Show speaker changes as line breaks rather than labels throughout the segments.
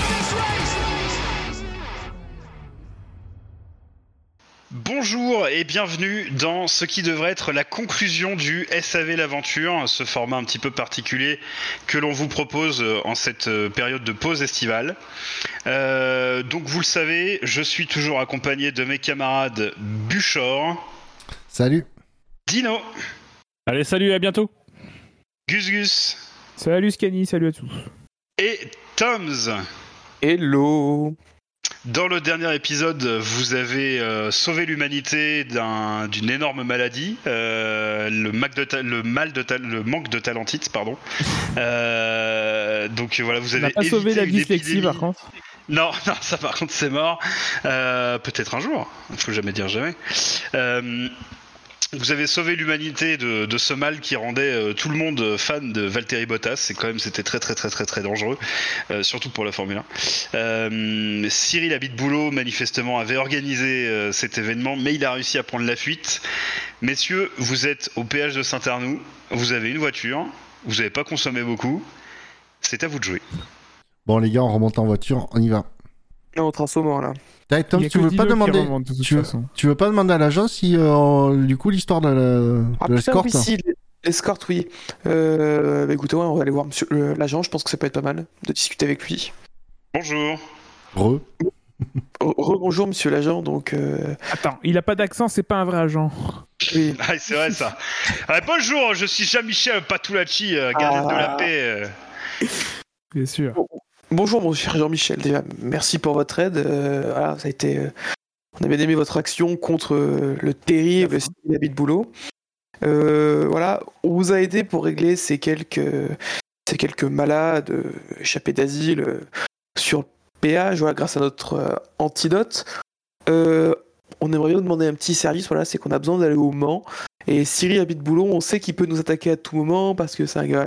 of this race.
Bonjour et bienvenue dans ce qui devrait être la conclusion du SAV l'aventure, ce format un petit peu particulier que l'on vous propose euh, en cette euh, période de pause estivale. Euh, donc vous le savez, je suis toujours accompagné de mes camarades Buchor,
Salut.
Dino,
Allez, salut, à bientôt.
Gus Gus
Salut Scanny, salut à tous.
et Toms.
Hello
Dans le dernier épisode, vous avez euh, sauvé l'humanité d'un- d'une énorme maladie, euh, le, mac de ta- le mal de ta- le manque de talentite, pardon. Euh, donc voilà, vous
On
avez
n'a pas
évité
sauvé la
une
dyslexie
épidémie.
par contre.
Non, non, ça par contre c'est mort. Euh, Peut-être un jour, il faut jamais dire jamais. Euh, vous avez sauvé l'humanité de, de ce mal qui rendait euh, tout le monde fan de Valtteri Bottas. C'est quand même c'était très très très très très dangereux, euh, surtout pour la Formule 1. Euh, Cyril Abitboulot manifestement avait organisé euh, cet événement, mais il a réussi à prendre la fuite. Messieurs, vous êtes au péage de Saint-Arnoux. Vous avez une voiture. Vous n'avez pas consommé beaucoup. C'est à vous de jouer.
Bon, les gars, on remonte en voiture, on y va.
Non, transformant là.
Tac, Tom,
Il y a
tu
que
veux pas
Dino qui
demander.
remonte, de toute
tu veux-
façon.
Tu veux pas demander à l'agent si, euh, du coup, l'histoire de la-
Ah
de
putain,
l'escorte.
oui, si, l'escorte, oui. Euh, bah, écoutez, ouais, on va aller voir monsieur le- l'agent, je pense que ça peut être pas mal de discuter avec lui.
Bonjour.
Re.
Re- Rebonjour monsieur l'agent, donc... euh,
Attends, il a pas d'accent, c'est pas un vrai agent.
oui.
Ah, c'est vrai ça. Ah, bonjour, je suis Jean-Michel Patulacci, euh, gardien de la paix. euh.
Bien sûr.
Bonjour mon cher Jean-Michel, déjà, merci pour votre aide. Euh, voilà, ça a été... euh, on avait aimé votre action contre euh, le terrible Cyril Habit Boulot. Euh, voilà, on vous a aidé pour régler ces quelques, ces quelques malades euh, échappés d'asile euh, sur le péage, voilà, grâce à notre euh, antidote. Euh, on aimerait bien vous demander un petit service, voilà, c'est qu'on a besoin d'aller au Mans. Et Cyril Habit Boulot, on sait qu'il peut nous attaquer à tout moment parce que c'est un gars,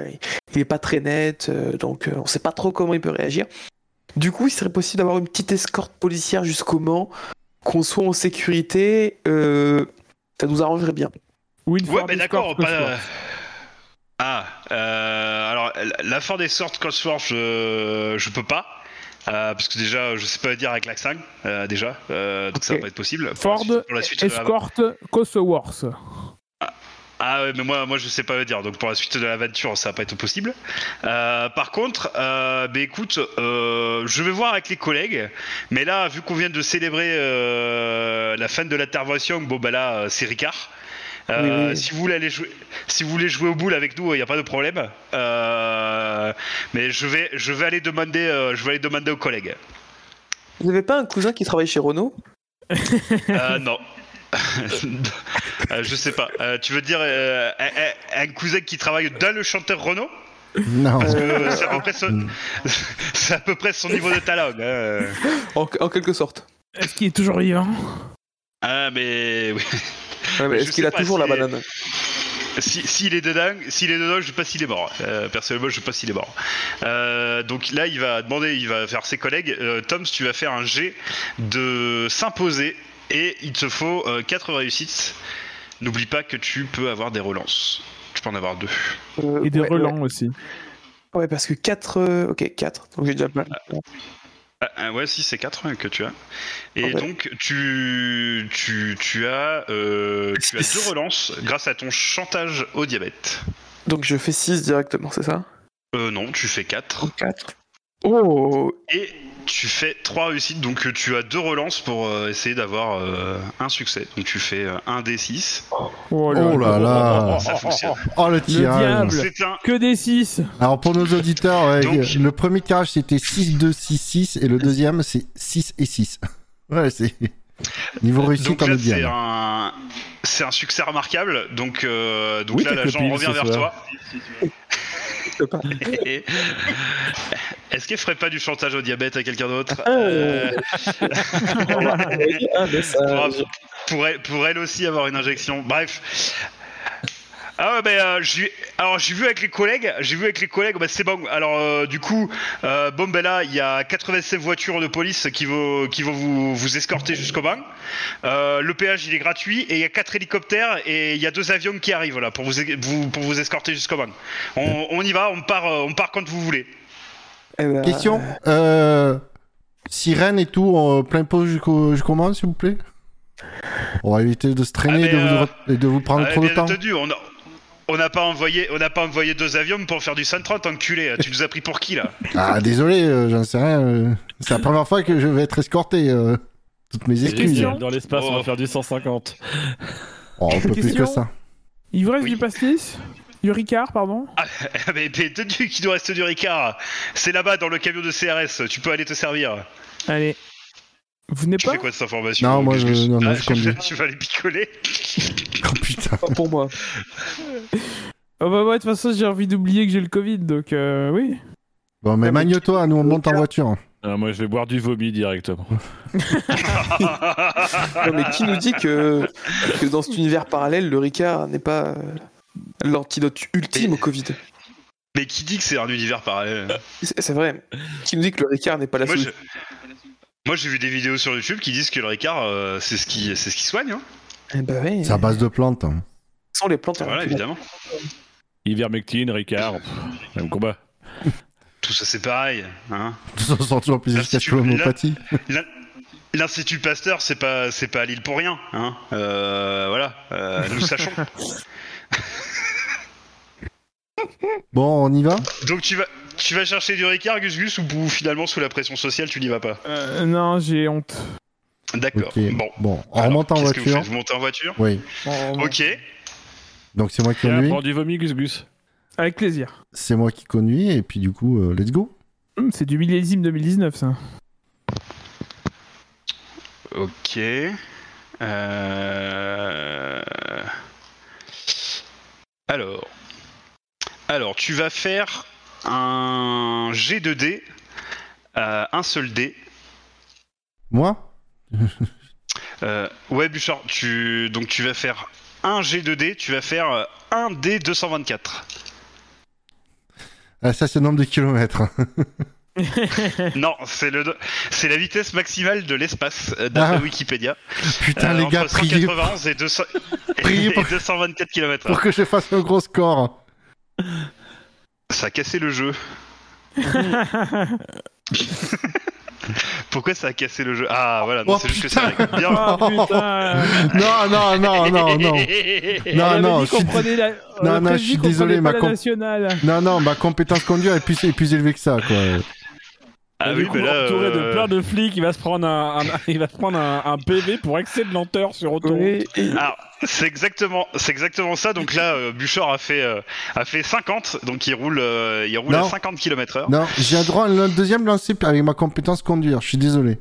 il est pas très net, euh, donc euh, on sait pas trop comment il peut réagir. Du coup, il serait possible d'avoir une petite escorte policière jusqu'au Mans, qu'on soit en sécurité, euh, ça nous arrangerait bien.
Ou une
Ouais,
Ford
mais d'accord,
Escort, quoi,
pas.
je
euh, Ah, euh, alors la- la Ford Escort Cosworth, je, je peux pas. euh, parce que déjà, je sais pas dire avec l'accent, euh, déjà, euh, donc ça va
Ok.
pas être possible. Pour la
Ford
suite- pour la suite,
crois.
euh,
Escort Cosworth.
Ah ouais, mais moi, moi je sais pas le dire, donc pour la suite de l'aventure, ça va pas être possible. Euh, par contre, euh, bah, écoute, euh, je vais voir avec les collègues, mais là, vu qu'on vient de célébrer euh, la fin de l'intervention, bon bah là, euh, c'est Ricard. Euh,
Oui, oui.
Si vous voulez aller jouer, si vous voulez jouer au boule avec nous, il n'y a pas de problème. Euh, mais je vais, je vais aller demander, euh, je vais aller demander aux collègues.
Vous n'avez pas un cousin qui travaille chez Renault
Euh, non. Euh, je sais pas. Euh, tu veux dire euh, un- un- un cousin qui travaille dans le chanteur Renaud
Non.
Parce que c'est à peu près son,
Mm.
c'est à peu près son niveau de talent. hein.
en, en quelque sorte.
Est-ce qu'il est toujours vivant
Ah, mais oui.
Ouais, mais
Je
Est-ce qu'il
sais
a
pas
toujours la
si-
banane
Si- S'il est dedans, s'il est dedans, je sais pas s'il est mort. Euh, personnellement, je sais pas s'il est mort. Euh, donc là, il va demander, il va faire ses collègues. Euh, Tom, tu vas faire un jet de s'imposer et il te faut 4 réussites. N'oublie pas que tu peux avoir des relances. Tu peux en avoir deux.
Euh,
Et des
ouais,
relents aussi.
Ouais, ouais, parce que 4. ok, 4. Donc j'ai déjà mal.
Ah, ah, ouais, si, c'est 4 que tu as.
Ah
Et
ouais.
donc, tu, tu, tu, as, euh, tu as deux relances grâce à ton chantage au diabète.
Donc je fais 6 directement, c'est ça
Euh, non, tu fais 4.
4. Oh
Et tu fais 3 réussites, donc euh, tu as deux relances pour euh, essayer d'avoir euh, un succès. Donc tu fais 1 des 6.
Oh là là.
Ça fonctionne.
Oh le tirage.
diable.
C'est un.
Que des 6
Alors pour nos auditeurs, ouais, euh,
Donc-
le premier tirage c'était 6, 2, 6, 6 et le deuxième c'est 6 et 6. Ouais, c'est. Niveau réussite,
Donc hein.
on
là,
est
c'est
bien.
un. C'est un succès remarquable, donc, euh, donc
Oui,
là
t'es
l'agent
copine
revient
ce
vers
soir.
toi.
Je sais pas.
Et- Est-ce qu'elle ferait pas du chantage au diabète à quelqu'un d'autre
Euh, Ah,
pour, Euh, pour elle, pour elle aussi avoir une injection. Bref. Ah ouais, ben, euh, j'ai- alors j'ai vu avec les collègues, j'ai vu avec les collègues, bah, c'est bon. Alors euh, du coup, euh, bon ben là, il y a 96 voitures de police qui vont qui vont vous, vous escorter jusqu'au banc. Euh, le péage il est gratuit et il y a quatre hélicoptères et il y a deux avions qui arrivent là pour vous, vous- pour vous escorter jusqu'au banc. On, on y va, on part euh, on part quand vous voulez.
Eh ben,
Question euh, Sirène et tout, en plein pot jusqu'au jusqu'au moment, s'il vous plaît On va éviter de se traîner
Ah,
et de
mais,
vous
euh,
re- et de vous prendre
Ah,
trop de
bien
temps.
entendu, on a- on n'a pas envoyé on n'a pas envoyé deux avions pour faire du 130 enculé. Tu nous as pris pour qui là
Ah, désolé, euh, j'en sais rien. euh. C'est la première fois que je vais être escorté. euh. Toutes mes excuses.
Question.
Dans l'espace, on
Oh.
va faire du 150.
Oh, on peut plus que
Question.
ça.
Il vous reste
Oui.
du pastis Du Ricard, pardon
Ah, Mais, mais t'as dit qu'il nous reste du Ricard. C'est là-bas dans le camion de CRS. Tu peux aller te servir.
Allez. Vous venez
Tu
pas
fais quoi de cette information
Non, moi,
Qu'est-ce
je-
que-
non, non,
Ah,
je conduis.
Tu vas aller picoler.
Oh putain.
pas pour moi.
Oh bah ouais, de toute façon, j'ai envie d'oublier que j'ai le Covid, donc euh, oui.
Bon, mais
Ah, mais
magne-toi, nous on monte en
Lucas.
voiture.
Alors Ah, moi, je vais boire du vomi directement.
Non, mais qui nous dit que, que dans cet univers parallèle, le Ricard n'est pas euh, l'antidote ultime au Covid
mais qui dit que c'est un univers
Ah,
parallèle
C'est c'est vrai. Qui nous dit que le Ricard n'est pas la
Moi,
solution
je- Moi, j'ai vu des vidéos sur YouTube qui disent que le Ricard, euh, c'est ce qui, c'est ce qui soigne. hein.
Eh ben oui.
C'est à base de plantes. hein.
Sans les plantes.
Voilà,
hein.
évidemment.
Ivermectine, Ricard, pff, même combat.
Tout ça, c'est pareil. hein.
Ils sont toujours plus
Là,
efficaces
si
que
tu-
l'homéopathie.
L'in- L'Institut Pasteur, c'est pas, c'est pas à Lille pour rien. hein. Euh, voilà, euh, nous sachons.
Bon, on y va
Donc tu vas, tu vas chercher du Ricard, Gus Gus, ou ou finalement sous la pression sociale, tu n'y vas pas
Euh, non, j'ai honte.
D'accord.
Ok.
Bon.
Bon, on
Alors,
remonte en
qu'est-ce que vous,
voiture.
faites Vous montez en voiture
Oui,
On-
Ok.
donc c'est moi qui
Tiens,
conduis.
boire du vomi, Gus Gus.
Avec plaisir.
C'est moi qui conduis, et puis du coup, euh, let's go.
Hum, C'est du millésime 2019, ça.
Ok. Euh, Alors. Alors, tu vas faire un G2D, euh, un seul dé.
Moi
Euh, ouais, Bouchard, tu... donc tu vas faire un G2D, tu vas faire euh, un D224.
Ah, ça, c'est le nombre de kilomètres.
Non, c'est le c'est la vitesse maximale de l'espace euh, d'après
Ah.
Wikipédia.
Putain,
Euh,
les
entre
gars, priez
191 et, 200
Priez
et
pour-
224 km.
pour que je fasse un gros score.
Ça a cassé le jeu. Pourquoi ça a cassé le jeu Ah voilà, non,
Oh,
c'est juste que ça
putain.
arrive. Bien.
Ah putain
Non, non, non, non, non.
On
Non,
avait
non,
dit
je
qu'on
suis-
prenait la... on
non,
avait
non,
dit
je suis
qu'on
désolé,
prenait
ma
pas
comp-
la nationale.
non, non, ma compétence conduire est plus, est plus élevée que ça, quoi.
Ah
Et
oui,
du coup,
mais là,
entouré de
euh,
plein de flics, il va se prendre un, un- il va se prendre un, un PV pour excès de lenteur sur autoroute.
Oui, et-
Alors, c'est exactement, c'est exactement ça. Donc là, euh, Bouchard a fait, euh, a fait 50, donc il roule, euh, il roule à
Non.
50 km/h.
Non, j'ai un droit à un deuxième lancer avec ma compétence conduire, je suis désolé.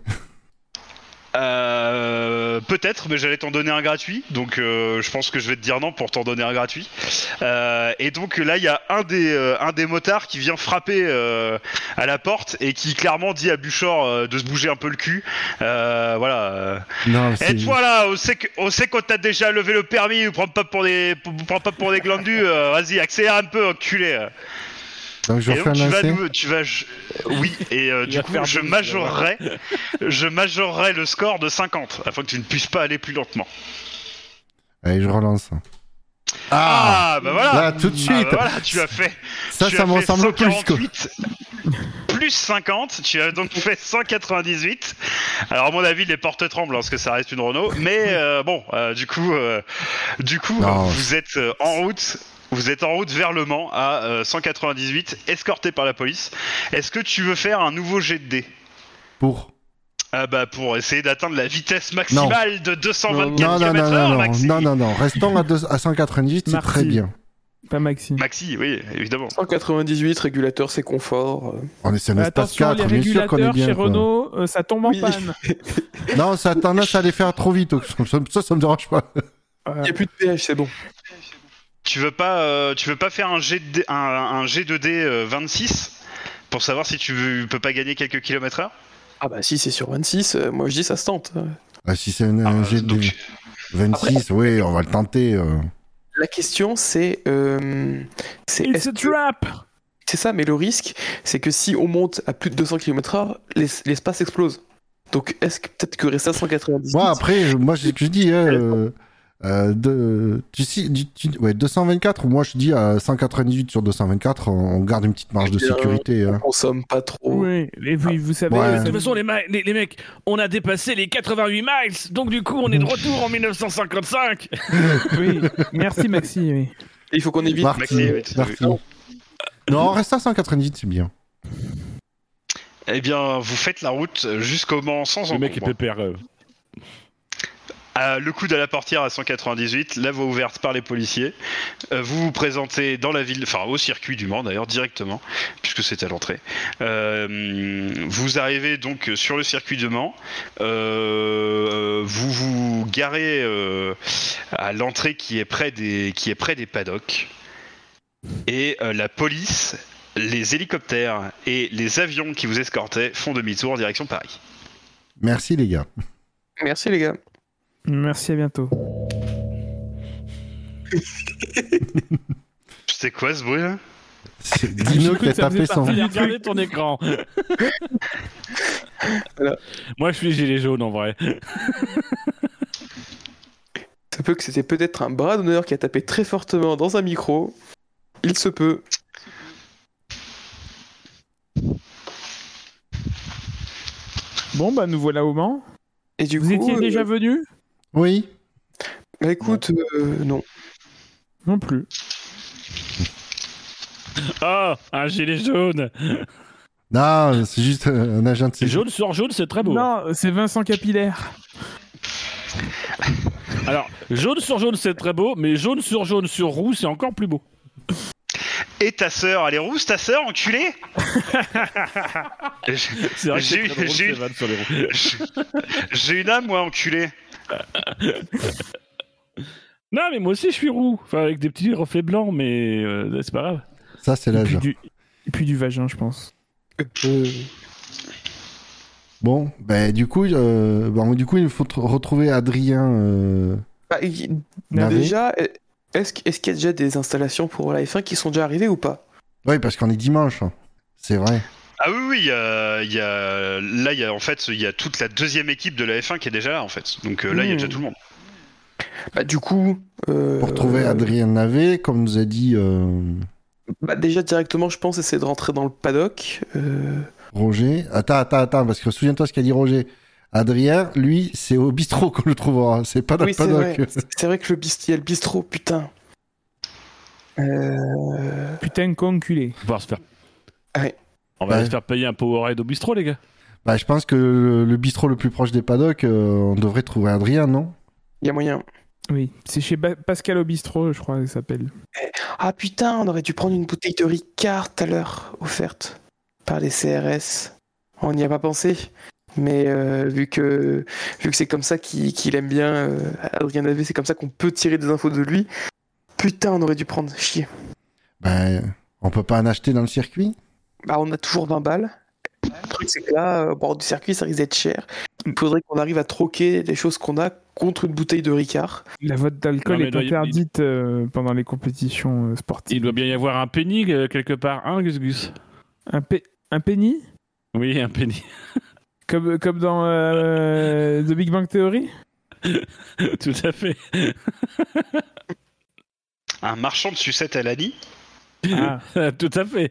Euh, peut-être, mais j'allais t'en donner un gratuit, donc euh, je pense que je vais te dire non pour t'en donner un gratuit. Euh, et donc là, il y a un des, euh, un des motards qui vient frapper euh, à la porte et qui clairement dit à Buchor euh, de se bouger un peu le cul. Euh, voilà. euh,
Non, mais c'est...
Et toi là, on sait que- on sait qu'on t'a déjà levé le permis, prends pas pour des, prends pas pour des glandus, euh, vas-y, accélère un peu, enculé. euh.
Donc, je
Et
refais un
donc tu vas,
lancer.
nous- tu vas, je- oui, et euh,
Il
du
va
coup
faire
je
douze,
majorerai, je majorerai le score de 50 afin que tu ne puisses pas aller plus lentement.
Allez, je relance.
Ah, bah voilà,
Là, tout de
Ah, bah
suite.
voilà, tu as fait,
Ça,
tu
ça
as
me
fait
ressemble plus, quoi.
148, plus 50, tu as donc fait 198. Alors à mon avis les portes tremblent hein, parce que ça reste une Renault, mais euh, bon, euh, du coup, euh, du coup,
Non.
vous êtes euh, en route. Vous êtes en route vers Le Mans à euh, 198, escorté par la police. Est-ce que tu veux faire un nouveau jet de dés
Pour.
Ah bah pour essayer d'atteindre la vitesse maximale de 224
Non, non, non, non,
km/h,
non,
Maxi.
non, non, non, restons à, deux- à 198, c'est
Marty.
très bien.
Pas Maxime.
Maxi, oui, évidemment.
198, régulateur, c'est confort. euh.
On est sur un espace
Attention,
4,
les
bien sûr qu'on est
régulateurs
bien.
chez
quoi.
Renault, euh, ça tombe en
Oui.
panne.
Non, ça a tendance à les faire trop vite, donc ça, ça, ça me dérange pas.
Il n'y a plus de péage, c'est bon.
Tu veux pas, euh, tu veux pas faire un G, un, un G2D euh, 26 euh, pour savoir si tu veux- peux pas gagner quelques kilomètres heure.
Ah bah si c'est sur 26, euh, moi je dis ça se tente.
Ah, si c'est un, un
Ah,
jet de
donc,
26, oui, on va le tenter. euh.
La question c'est... euh, c'est
It's
est-ce
a
que-
trap
C'est ça, mais le risque, c'est que si on monte à plus de 200 km/h, l'es- l'espace explose. Donc est-ce que peut-être que rester à 190
Moi, après, je- moi, c'est ce que je dis. hein, euh, euh, de, tu, sais, du- tu- ouais, 224, moi, je dis à 198 sur 224, on, on garde une petite marge de
Euh,
sécurité.
on
hein.
consomme pas trop
Oui, et puis vous savez... euh,
Ouais.
ça-
De toute façon, les, ma- les, les mecs, on a dépassé les 88 miles, donc du coup, on est de retour en 1955.
Oui, merci Maxi, oui.
Il faut qu'on évite.
Marty,
Maxi, oui, tout à fait.
Marty. euh, Non, reste à 198, c'est bien.
Eh bien, vous faites la route jusqu'au Mans sans
Le mec est
encombre.
pépère. euh.
Euh, le coude à la portière à 198, la voie ouverte par les policiers. Euh, vous vous présentez dans la ville, enfin au circuit du Mans d'ailleurs directement, puisque c'est à l'entrée. Euh, vous arrivez donc sur le circuit du Mans. Euh, vous vous garez euh, à l'entrée qui est près des qui est près des paddocks. Et euh, la police, les hélicoptères et les avions qui vous escortaient font demi-tour en direction Paris.
Merci, les gars.
Merci les gars.
Merci, à bientôt.
C'est quoi ce bruit là
C'est
J'ai
Dino
cru
qui a
que ça
tapé
faisait
son.
partie des- Regardez ton écran.
Voilà.
Moi, je suis gilet jaune en vrai.
Ça peut que c'était peut-être un bras d'honneur qui a tapé très fortement dans un micro. Il se peut.
Bon, bah nous voilà au Mans.
Et du
Vous
coup.
étiez
euh,
déjà venu
Oui,
bah, écoute, euh, non.
Non plus.
Ah, un gilet jaune.
non, c'est juste euh, un agent de sécurité.
Jaune sur jaune, c'est très beau.
Non, c'est Vincent Capillaire.
Alors, jaune sur jaune, c'est très beau, mais jaune sur jaune sur roux, c'est encore plus beau.
Et ta sœur, elle est rousse ta sœur, enculée
C'est vrai
J'ai
que c'est
eu-
très drôle,
j'ai eu-
ces vannes sur les roues.
J'ai une âme, moi, enculée.
Non, mais moi aussi, je suis roux. Enfin, avec des petits reflets blancs, mais euh, c'est pas grave.
Ça, c'est
Et
l'âge.
puis, du... et puis du vagin, je pense.
Euh,
Bon, ben du coup, euh, bon, du coup, il faut tr- retrouver Adrien. euh,
bah, il-
Navet.
déjà, euh, est-ce que- est-ce qu'il y a déjà des installations pour la F1 qui sont déjà arrivées ou pas
Oui, parce qu'on est dimanche. hein. C'est vrai.
Ah oui, oui, il y a- il y a- là, il y a, en fait, il y a toute la deuxième équipe de la F1 qui est déjà là, en fait. Donc euh, là, il y a
Mm.
déjà tout le monde.
Bah, Du coup. euh,
Pour trouver Adrien Navet, comme nous a dit euh,
bah, déjà, directement, je pense essayer de rentrer dans le paddock. euh,
Roger. Attends, attends, attends, parce que souviens-toi ce qu'a dit Roger. Adrien, lui, c'est au bistrot qu'on le trouvera. C'est pas dans
Oui,
le
c'est
paddock.
vrai. C'est vrai que le bist- il y a le bistrot, putain. Euh,
Putain, conculé.
On va pouvoir se faire.
Ah
Ouais.
On va
Ouais.
se faire payer un Powerade au bistrot, les gars.
Bah, je pense que le, le bistrot le plus proche des paddocks, euh, on devrait trouver Adrien, non
Il y a moyen.
Oui, c'est chez Ba- Pascal au bistrot, je crois, il s'appelle.
Ah putain, on aurait dû prendre une bouteille de Ricard tout à l'heure, offerte par les CRS. On n'y a pas pensé. Mais euh, vu que, vu que c'est comme ça qu'il qu'il aime bien euh, Adrien Navé, c'est comme ça qu'on peut tirer des infos de lui. Putain, on aurait dû prendre. Chier.
Bah, on peut pas en acheter dans le circuit
Bah, on a toujours 20 balles. Le truc, c'est que là, euh, au bord du circuit, ça risque d'être cher. Il faudrait qu'on arrive à troquer les choses qu'on a contre une bouteille de Ricard.
La vote d'alcool
Non, mais
est
là, il-
interdite euh, pendant les compétitions euh,
Il
sportives.
doit bien y avoir un penny euh, quelque part, hein, Gus Gus
Un, pe- un penny
Oui, un penny.
comme, comme dans euh, The Big Bang Theory
Tout à fait.
Un marchand de sucette à l'Annie
Ah.
Tout à fait.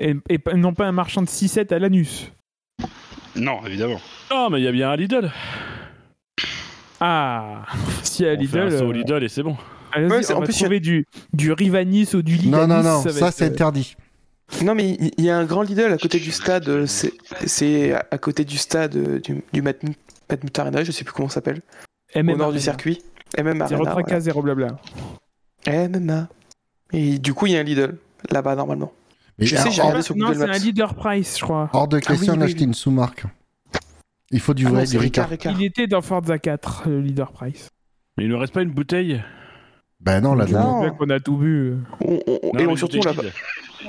et, et pas- non pas un marchand de 6-7 à l'anus.
Non, évidemment.
Non, mais il y a bien un Lidl.
Ah Si à
On fait un
Lidl,
saut au
euh,
Lidl et c'est bon.
allez-y,
Ouais, c'est-
on
en
va
plus, il y a-
trouver du, du Rivanis ou du Liganis.
Non, non, non,
va
ça
être,
c'est
euh,
interdit.
Non, mais il il y a un grand Lidl à côté du stade. euh, c'est- C'est à à côté du stade euh, du, du Mat- Matmut Arena, je sais plus comment ça s'appelle.
MMA.
au nord du Ah, circuit. MMA
Zéro
Arena.
tracas, zéro blabla.
voilà. MMA. Et du coup, il y a un Lidl là-bas normalement.
Mais
Je sais, j'ai
hors,
regardé sur
non,
Google
c'est
Maps.
un leader price, je crois.
hors de question
Ah oui, oui,
d'acheter
oui.
une sous-marque. Il faut du
Ah non,
vrai,
c'est
du Ricard.
Ricard.
Il était dans Forza 4, le leader price.
Mais il ne reste pas une bouteille.
Ben non, là,
Non.
Là qu'on a tout bu. euh.
On- on-
Non,
et
une
surtout, on
bouteille
l'a pas-
vide.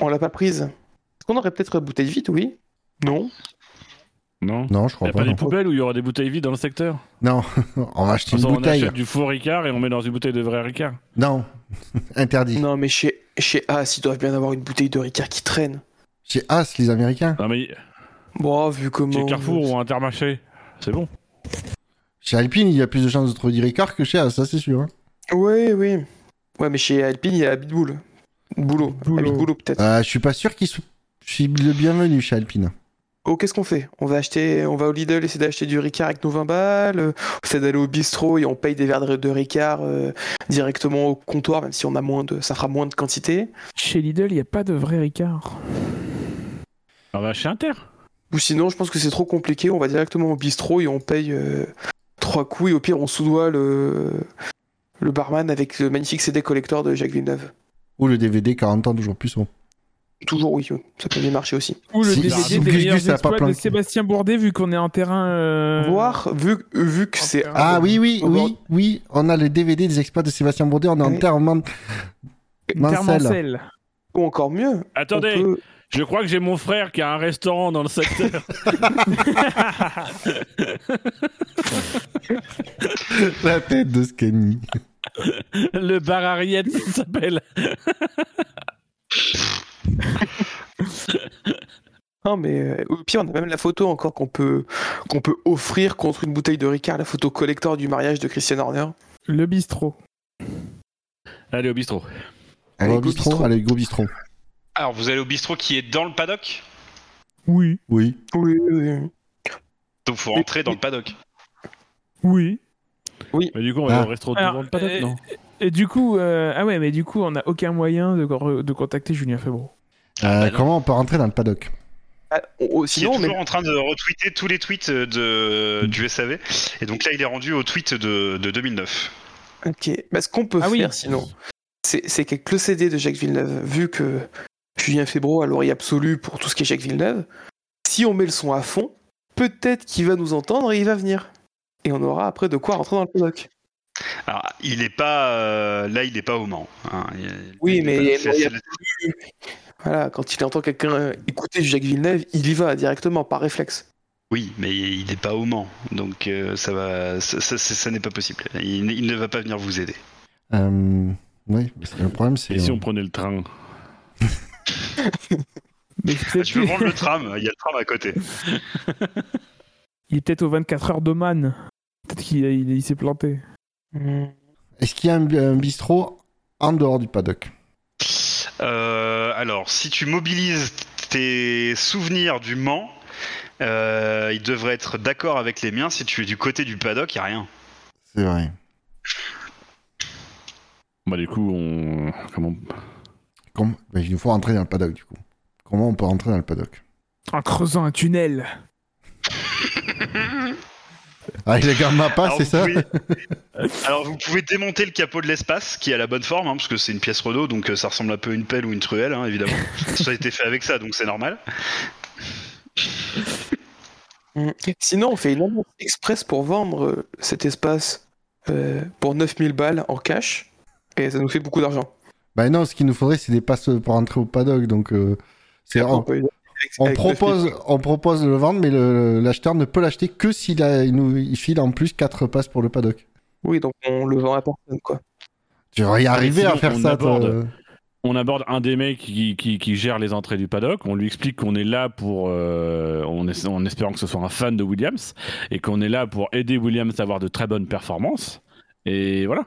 on l'a pas prise. qu'on aurait peut-être la bouteille vide, oui Non.
Non.
Non, je
Il
crois
a
pas.
pas des
Non,
poubelles où il y aura des bouteilles vides dans le secteur
Non, on va acheter une
On
bouteille.
achète du faux Ricard et on met dans une bouteille de vrai Ricard.
Non, interdit.
Non, mais chez, chez As, ils doivent bien avoir une bouteille de Ricard qui traîne.
Chez As, les Américains.
Non mais
Bon, oh, vu comment.
chez Carrefour ou Intermarché, c'est bon.
Chez Alpine, il y a plus de chances de trouver du Ricard que chez As, ça c'est sûr. hein.
Oui, oui. Ouais, mais chez Alpine, il y a Bitbull. Boulot. Boulot, peut-être.
Euh, je suis pas sûr qu'ils soient je suis le bienvenu chez Alpine.
Oh, qu'est-ce qu'on fait On va acheter, on va au Lidl essayer d'acheter du Ricard avec nos 20 balles. euh, On essaie d'aller au bistrot et on paye des verres de de Ricard euh, directement au comptoir, même si on a moins de, ça fera moins de quantité.
Chez Lidl, il n'y a pas de vrai Ricard.
On va Ah bah, chez Inter.
Ou sinon, je pense que c'est trop compliqué. On va directement au bistrot et on paye euh, trois coups. Et au pire, on soudoie le, le barman avec le magnifique CD collector de Jacques Villeneuve.
Ou le DVD 40 ans toujours plus.
Toujours oui, ça peut bien marcher aussi.
Ou le
Si-
DVD des
si
Gus
meilleurs
Gus a pas
exploits de
planqué.
Sébastien Bourdet, vu qu'on est un terrain. euh,
Voir, vu, vu que c'est.
Ah,
Ah oui, oui,
Encore-
oui, oui. On a le DVD des exploits de Sébastien Bourdet. On est en
Oui.
terre man...
Terre
Mancel.
Mancel.
Ou encore mieux. on
Attendez,
peut-
je crois que j'ai mon frère qui a un restaurant dans le secteur.
La tête de Scanny.
le bar Ariette, il s'appelle.
Non, mais euh, au pire, on a même la photo encore qu'on peut, qu'on peut offrir contre une bouteille de Ricard, la photo collector du mariage de Christian Horner.
Le bistrot.
Allez au bistrot.
Allez,
Go
go bistrot.
bistrot.
Allez, go bistrot.
Alors, vous allez au bistrot qui est dans le paddock
Oui.
Oui.
Oui, oui, oui.
Donc, faut rentrer dans le paddock.
Oui.
Mais du coup, on va
Ah.
au resto de
Alors,
vendre patate,
euh,
non
Et du coup, euh, ah ouais, mais du coup, on n'a aucun moyen de, re- de contacter Julien Febro.
Euh,
bah non.
comment on peut rentrer dans le paddock
Ah, oh,
Qui
oh,
est
sinon, mais
toujours en train de retweeter tous les tweets euh, de, du SAV. Et donc là, il est rendu au tweet de, de 2009.
Ok, mais ce qu'on peut
Ah oui.
faire sinon, c'est c'est qu'avec le CD de Jacques Villeneuve, vu que Julien Febro a l'oreille absolue pour tout ce qui est Jacques Villeneuve, si on met le son à fond, peut-être qu'il va nous entendre et il va venir. Et on aura après de quoi rentrer dans le paddock.
Alors, il est pas. euh, là, il est pas au Mans. hein. Il-
Oui,
il est
mais
pas-
il y
c'est-
a-
c'est-
Voilà, quand il entend quelqu'un euh, écouter du Jacques Villeneuve, il y va directement, par réflexe.
Oui, mais il n'est pas au Mans, donc euh, ça va, ça, ça- ça- ça n'est pas possible. Il, il ne va pas venir vous aider.
euh... Oui, parce que le problème c'est.
Et si on prenait le train
Mais
Ah,
peut-être
Je Ah, veux
que-
prendre le tram, il y a le tram à côté.
il est peut-être aux 24 heures d'Oman. Peut-être qu'il a- il- il s'est planté.
Est-ce qu'il y a un, un bistrot en dehors du paddock
Euh, alors, si tu mobilises tes souvenirs du Mans, euh, ils devraient être d'accord avec les miens. Si tu es du côté du paddock, il n'y a rien.
C'est vrai.
Bah du coup, on... Comment...
Comme... bah, il nous faut rentrer dans le paddock du coup. Comment on peut rentrer dans le paddock
En creusant un tunnel.
Ah, il regarde ma passe,
Alors,
c'est
vous
ça
pouvez- Alors, vous pouvez démonter le capot de l'espace, qui a la bonne forme, hein, parce que c'est une pièce Renault, donc euh, ça ressemble un peu à une pelle ou une truelle, hein, évidemment. ça a été fait avec ça, donc c'est normal.
Mm. Sinon, on fait une annonce express pour vendre euh, cet espace euh, pour 9000 balles en cash, et ça nous fait beaucoup d'argent.
Bah non, ce qu'il nous faudrait, c'est des passes pour rentrer au paddock. Donc, euh, c'est on,
peut-
on
avec 9000
propose, on propose de le vendre, mais le- l'acheteur ne peut l'acheter que s'il a- il nous il file en plus 4 passes pour le paddock.
Oui, donc on le vend à personne, quoi.
Tu vas y arriver
sinon,
à faire
on
ça, toi.
aborde. On aborde un des mecs qui, qui, qui gère les entrées du paddock, on lui explique qu'on est là pour... euh, on es- en espérant que ce soit un fan de Williams, et qu'on est là pour aider Williams à avoir de très bonnes performances. Et voilà.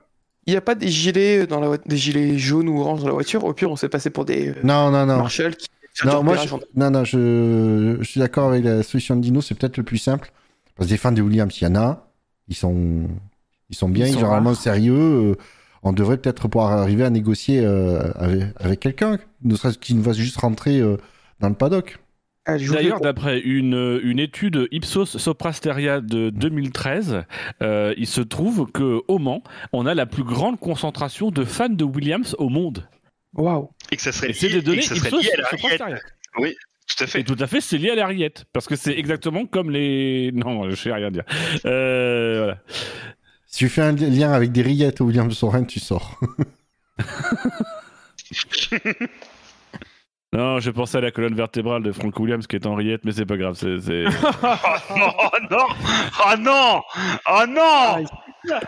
Il n'y a pas des gilets, dans la voi- des gilets jaunes ou oranges dans la voiture. Au pire, on s'est passé pour des euh,
Non, non, non.
Marshall qui font
Non,
du
moi,
repérage
je,
en-
non, non, je, je suis d'accord avec la solution de Dino, c'est peut-être le plus simple. Parce que des fans de Williams, il y en a. Ils sont, ils sont bien,
Ils
ils
sont
sont vraiment sérieux. euh, On devrait peut-être pouvoir arriver à négocier euh, avec, avec quelqu'un, ne serait-ce qu'il nous fasse juste rentrer euh, dans le paddock.
Ah, je vous
D'ailleurs,
fais-
d'après une, une étude Ipsos Soprasteria de 2013, euh, il se trouve que au Mans, on a la plus grande concentration de fans de Williams au monde.
Waouh.
Et que ça serait
Et c'est
lié,
des données
et que ça serait
Ipsos
lié à la rillette.
Soprasteria.
Tout à fait.
Et tout à fait, c'est lié à la rillette. Parce que c'est exactement comme les. Non, je sais rien dire. Euh, voilà.
Si tu fais un li- lien avec des rillettes au Williams Sorin, tu sors.
Non, je pensais à la colonne vertébrale de Frank Williams qui est en rillette, mais c'est pas grave. C'est, c'est-
Oh non, oh non, oh non, oh non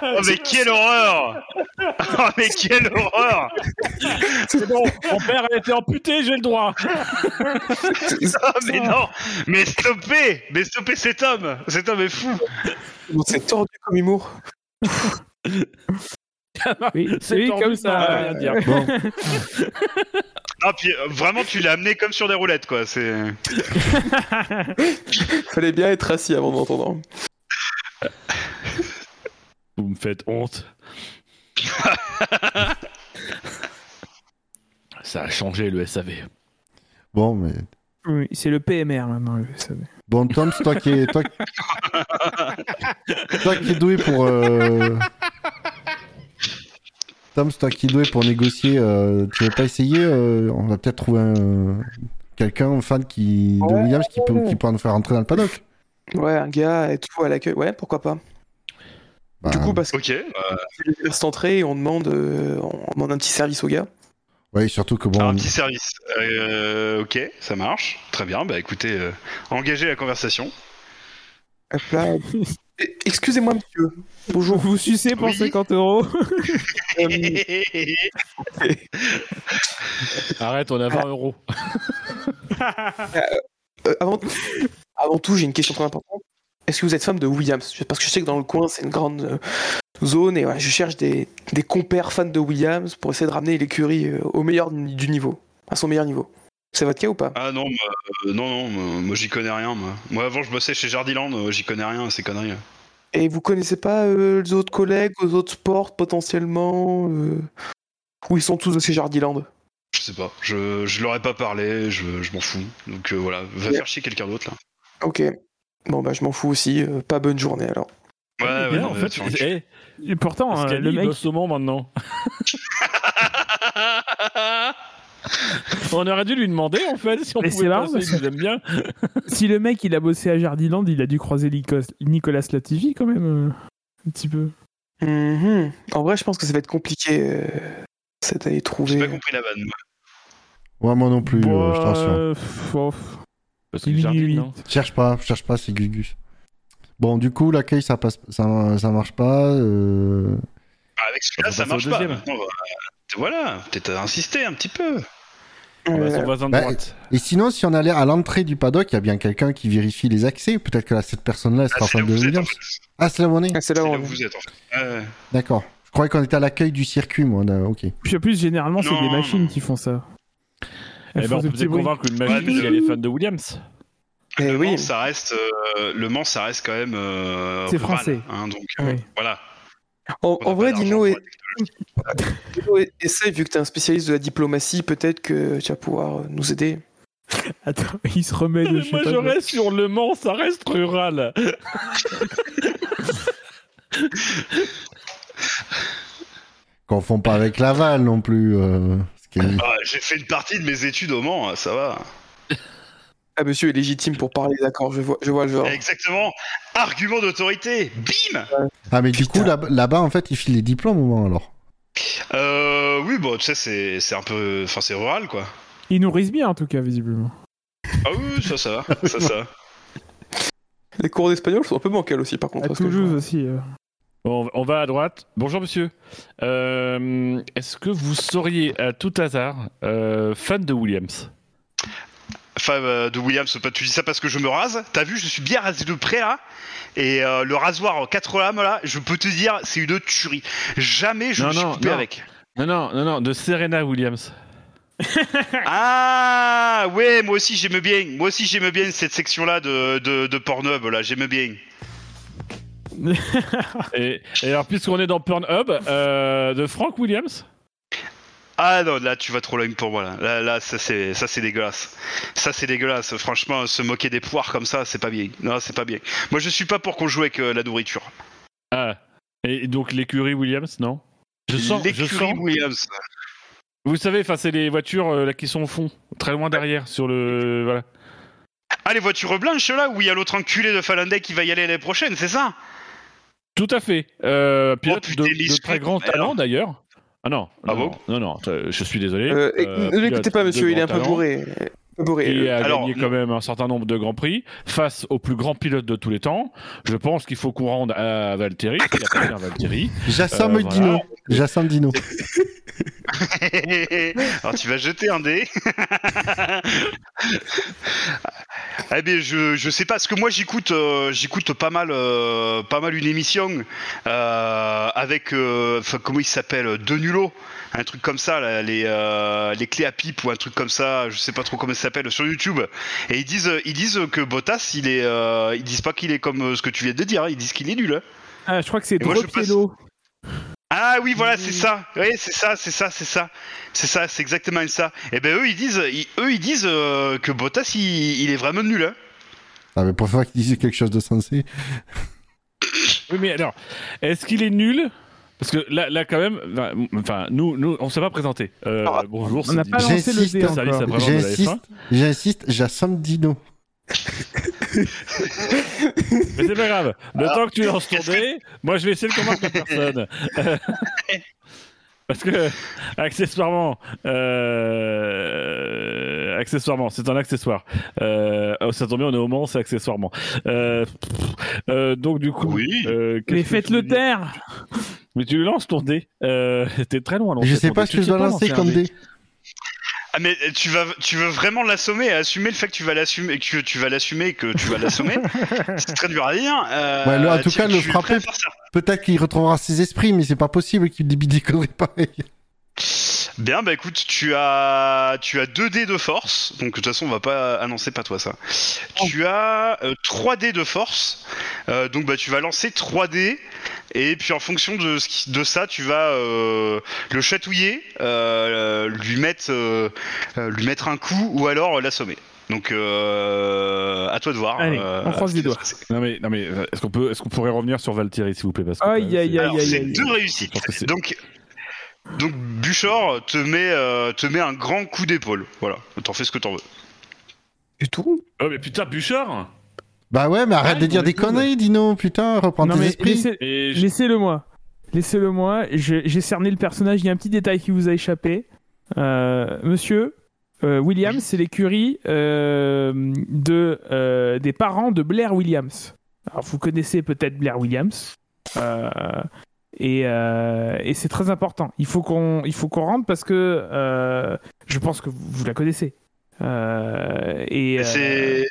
Oh mais quelle horreur Oh mais quelle horreur
c'est bon, mon père a été amputé, j'ai le droit.
Oh mais non Mais stoppez Mais stoppez cet homme Cet homme est fou
C'est tordu comme humour.
Oui,
Ah, C'est
oui,
tordu,
comme
ça veut
ça.
rien dire.
Bon,
Ah puis euh, vraiment tu l'as amené comme sur des roulettes quoi, c'est... euh,
Fallait bien être assis avant d'entendre.
Vous me faites honte. Ça a changé le SAV.
bon, mais.
Oui, c'est le PMR maintenant. le SAV.
Bon, Tom, c'est toi qui es. Toi... qui- toi qui es doué pour. euh, Tom, c'est toi qui es doué pour négocier. euh, Tu veux pas essayer euh, On va peut-être trouver un... quelqu'un, un fan qui... de Williams qui, peut... qui pourra nous faire rentrer dans le paddock.
Ouais, un gars et tout à l'accueil. Ouais, pourquoi pas.
Bah,
Du coup, parce que
Ok, euh,
c'est cette entrée, on demande, euh, on demande un petit service au gars.
ouais, surtout que bon.
un petit service. Euh, ok, ça marche. Très bien, bah écoutez, euh, engagez la conversation.
Hop là. Eh, Excusez-moi, monsieur.
Vous
Bonjour.
vous sucez pour
Oui.
50 euros.
Euh,
Arrête, on a 20 euros.
euh, avant, avant tout, j'ai une question très importante. Est-ce que vous êtes femme de Williams Je- Parce que je sais que dans le coin, c'est une grande euh, zone et voilà, je cherche des, des compères fans de Williams pour essayer de ramener l'écurie euh, au meilleur ni- du niveau, à son meilleur niveau. C'est votre cas ou pas
Ah non, moi, euh, non, non, moi, moi, j'y connais rien. Moi. moi avant je bossais chez Jardiland, euh, j'y connais rien à ces conneries.
Et vous connaissez pas euh, les autres collègues, les autres sports potentiellement euh, Où ils sont tous de chez Jardiland
Je sais pas, je, je leur ai pas parlé, je, je m'en fous. Donc euh, voilà, va
Ouais.
faire chier quelqu'un d'autre là.
Ok. Bon, bah, je m'en fous aussi. euh, pas bonne journée alors.
Ouais, ouais,
Bien,
non,
en
mais
fait,
sur le
eh,
cul.
Et pourtant, euh,
Scali,
le
il
mec.
bosse au Mans maintenant. on aurait dû lui demander en fait si on
Mais c'est
pouvait
marrant,
passer, il nous aime bien.
Si le mec il a bossé à Jardiland, il a dû croiser Licos- Nicolas Latifi quand même. euh, Un petit peu.
Mhm. En vrai, je pense que ça va être compliqué. euh, c'est d'aller
J'ai pas
trouver.
compris la vanne. Bah, moi.
Ouais, moi non plus, euh, je t'assure.
Bah, pff, oh, pff,
Parce
il
que Jardine,
limite.
non
Cherche pas, cherche pas, c'est Gugus. Bon, du coup, l'accueil, ça, passe... ça, ça marche pas. euh,
Ah, Avec celui-là,
On va
ça
passer au
marche pas.
deuxième.
Maintenant, euh, voilà, peut-être insister un petit peu.
On va à
Euh,
son voisin de
Bah,
droite.
Et sinon, si on allait à l'entrée du paddock, il y a bien quelqu'un qui vérifie les accès. Peut-être que là, cette personne-là, elle sera
Ah, c'est là
fan
où
de
vous êtes, en
Williams.
fait.
Ah, c'est là où on est
ah, c'est
C'est
là
là
où
où
on-
vous êtes en fait. Euh, Ouais, ouais.
D'accord. Je croyais qu'on était à l'accueil du circuit, moi. là, Ok.
Puis en plus, généralement, c'est
Non,
des machines
non.
qui font ça.
Eh
Elles
ben,
font
on
des
peut
petits
peut-être
bruits.
convaincre une machine
Ouais, mais-
si elle est fan de Williams.
Eh
Le,
oui.
Mans, ça reste, euh, le Mans, ça reste quand même. euh,
C'est
rural,
français.
hein, donc euh,
Ouais.
voilà.
En,
On
en
n'a pas
vrai,
d'argent
Dino,
pour
et,
la technologie.
Dino et- essaie, vu que t'es un spécialiste de la diplomatie, peut-être que tu vas pouvoir euh, nous aider.
Attends, il se remet de. je sais
Moi
pas
je
quoi.
reste sur Le Mans, ça reste rural.
Confond pas avec Laval non plus. euh, ce qui est-
Ah, J'ai fait une partie de mes études au Mans, ça va.
Ah, monsieur est légitime pour parler, d'accord, je vois, je vois le genre.
Exactement. Argument d'autorité. Bim
Ah, mais du coup,
Putain.
là- là-bas, en fait, ils filent les diplômes au moment alors.
Euh, oui, bon, tu sais, c'est- c'est un peu. Enfin, c'est rural, quoi.
Ils nourrissent bien en tout cas, visiblement.
Ah oui, oui, ça, ça va. Ça, ça. va.
Les cours d'espagnol sont un peu bancales aussi, par contre.
À
parce que je
Toulouse
vois.
aussi. euh.
Bon, on va à droite. Bonjour monsieur. Euh, Est-ce que vous seriez à tout hasard euh, fan de Williams
Femme euh, de Williams, pas- tu dis ça parce que je me rase. T'as vu, je suis bien rasé de près, là. Et euh, le rasoir en quatre lames, là, je peux te dire, c'est une tuerie. Jamais je
Non,
me suis
non,
coupé
non.
avec.
Non, non, non, non, de Serena Williams.
Ah, ouais, moi aussi, j'aime bien. Moi aussi, j'aime bien cette section-là de, de, de Pornhub, là. J'aime bien.
Et, et alors, puisqu'on est dans Pornhub, euh, de Frank Williams
Ah non, là tu vas trop loin pour moi là. Là, là, ça c'est ça c'est dégueulasse. Ça c'est dégueulasse. Franchement, se moquer des poires comme ça, c'est pas bien. Non, c'est pas bien. Moi, je suis pas pour qu'on joue avec euh, la nourriture.
Ah, et donc l'écurie Williams, non Je sens, je
L'écurie
sens.
Williams.
Vous savez, enfin, c'est les voitures euh, là, qui sont au fond, très loin derrière, sur le. Voilà.
Ah les voitures blanches là où il y a l'autre enculé de Finlandais qui va y aller l'année prochaine, c'est ça
Tout à fait. Euh, pilote
Oh, putain,
de,
les
de très
suites,
grand
merde.
talent d'ailleurs. Ah non,
Ah
non,
bon
non, non, non, je suis désolé.
Euh, et-
Euh,
ne l'écoutez
pilote
pas,
de
monsieur, il est un
grand
peu
talent.
bourré. Un peu bourré.
Il a
Alors,
gagné euh, quand même un certain nombre de grands prix face au plus grand pilote de tous les temps. Je pense qu'il faut qu'on rende à Valtteri, qu'il a pas fait un Valtteri.
Jassam
Euh,
Dino.
voilà.
Jassam Dino.
Alors tu vas jeter un dé. ah ben je, je sais pas parce que moi j'écoute euh, j'écoute pas mal euh, pas mal une émission euh, avec euh, enfin, comment il s'appelle De Nullo un truc comme ça là, les euh, les clés à pipe ou un truc comme ça je sais pas trop comment ça s'appelle sur YouTube et ils disent ils disent que Bottas il est euh, ils disent pas qu'il est comme euh, ce que tu viens de dire hein. ils disent qu'il est nul hein.
Ah, je crois que c'est
Et moi, je passe-
Dropiello.
Ah oui, voilà, c'est ça. Oui, c'est ça, c'est ça, c'est ça. C'est ça, c'est exactement ça. Et ben eux, ils disent, ils- eux, ils disent euh, que Bottas, il, il est vraiment nul. Hein.
Ah, mais pour faire qu'il dise quelque chose de sensé.
Oui, mais alors, est-ce qu'il est nul Parce que là, là, quand même, enfin, nous, nous on ne s'est pas présenté. Euh,
Ah,
bonjour,
On
c'est
n'a pas
Dino.
lancé le
J'insiste,
dé
Service
encore.
après-vente de la
J'insiste,
F1.
j'insiste, Jassam Dino.
Mais c'est pas grave. Le temps que tu lances ton dé, moi je vais essayer de convaincre la personne. Euh, Parce que, accessoirement, euh, accessoirement, c'est un accessoire. Euh, oh, ça tombe bien, on est au moment, c'est accessoirement. Euh, pff, euh, donc, du coup.
Oui.
euh, qu'est-ce
Mais
que
faites
je voulais
le
dire
taire
Mais tu lances ton dé. Euh, T'es très loin. à lancer
Je sais
ton
pas ce
dé. Tu
que je dois
pas
lancer
un
comme
dé.
dé.
Ah mais euh, tu vas, tu veux vraiment l'assommer, à assumer le fait que tu vas l'assumer, que tu vas l'assumer, que tu vas l'assommer. c'est très dur à dire. Euh,
Ouais, le- en tout
tu-
cas, le
tu es prêt à
frapper-
faire ça.
Peut-être qu'il retrouvera ses esprits, mais c'est pas possible qu'il débite des conneries pareil.
Bien, bah écoute, tu as, tu as 2 dés de force, donc de toute façon on va pas annoncer pas toi ça.
Oh.
Tu as 3 dés de force, euh, donc bah tu vas lancer 3 dés et puis en fonction de, ce qui- de ça tu vas euh, le chatouiller, euh, lui mettre, euh, euh, lui mettre un coup ou alors euh, l'assommer. Donc euh, à toi de voir.
Allez,
euh,
on croise
ce qui
les
va se passer.
Non mais, non, mais euh, est-ce qu'on peut, est-ce qu'on pourrait revenir sur Valtteri s'il vous plaît parce que,
Aïe,
euh,
aïe, aïe,
c'est-
Alors
aïe,
c'est
aïe.
deux réussites.
Je pense que c'est-
Donc donc Buchor te met, euh, te met un grand coup d'épaule. Voilà, t'en fais ce que t'en veux.
Du tout.
Oh mais putain, Bouchard
Bah ouais, mais arrête
Ah,
de
ils
dire
ont
des
des doubles.
conneries, Dino, putain, reprends
Non,
tes
mais
esprits.
laissez-
Et je-
laissez-le moi. Laissez-le moi. Je- J'ai cerné le personnage. Il y a un petit détail qui vous a échappé. Euh, monsieur, euh, Williams, c'est l'écurie euh, de, euh, des parents de Blair Williams. Alors, vous connaissez peut-être Blair Williams. Euh, et euh, et c'est très important. Il faut qu'on il faut qu'on rentre parce que euh, je pense que vous, vous la connaissez. Euh, et
Mais
euh,
C'est.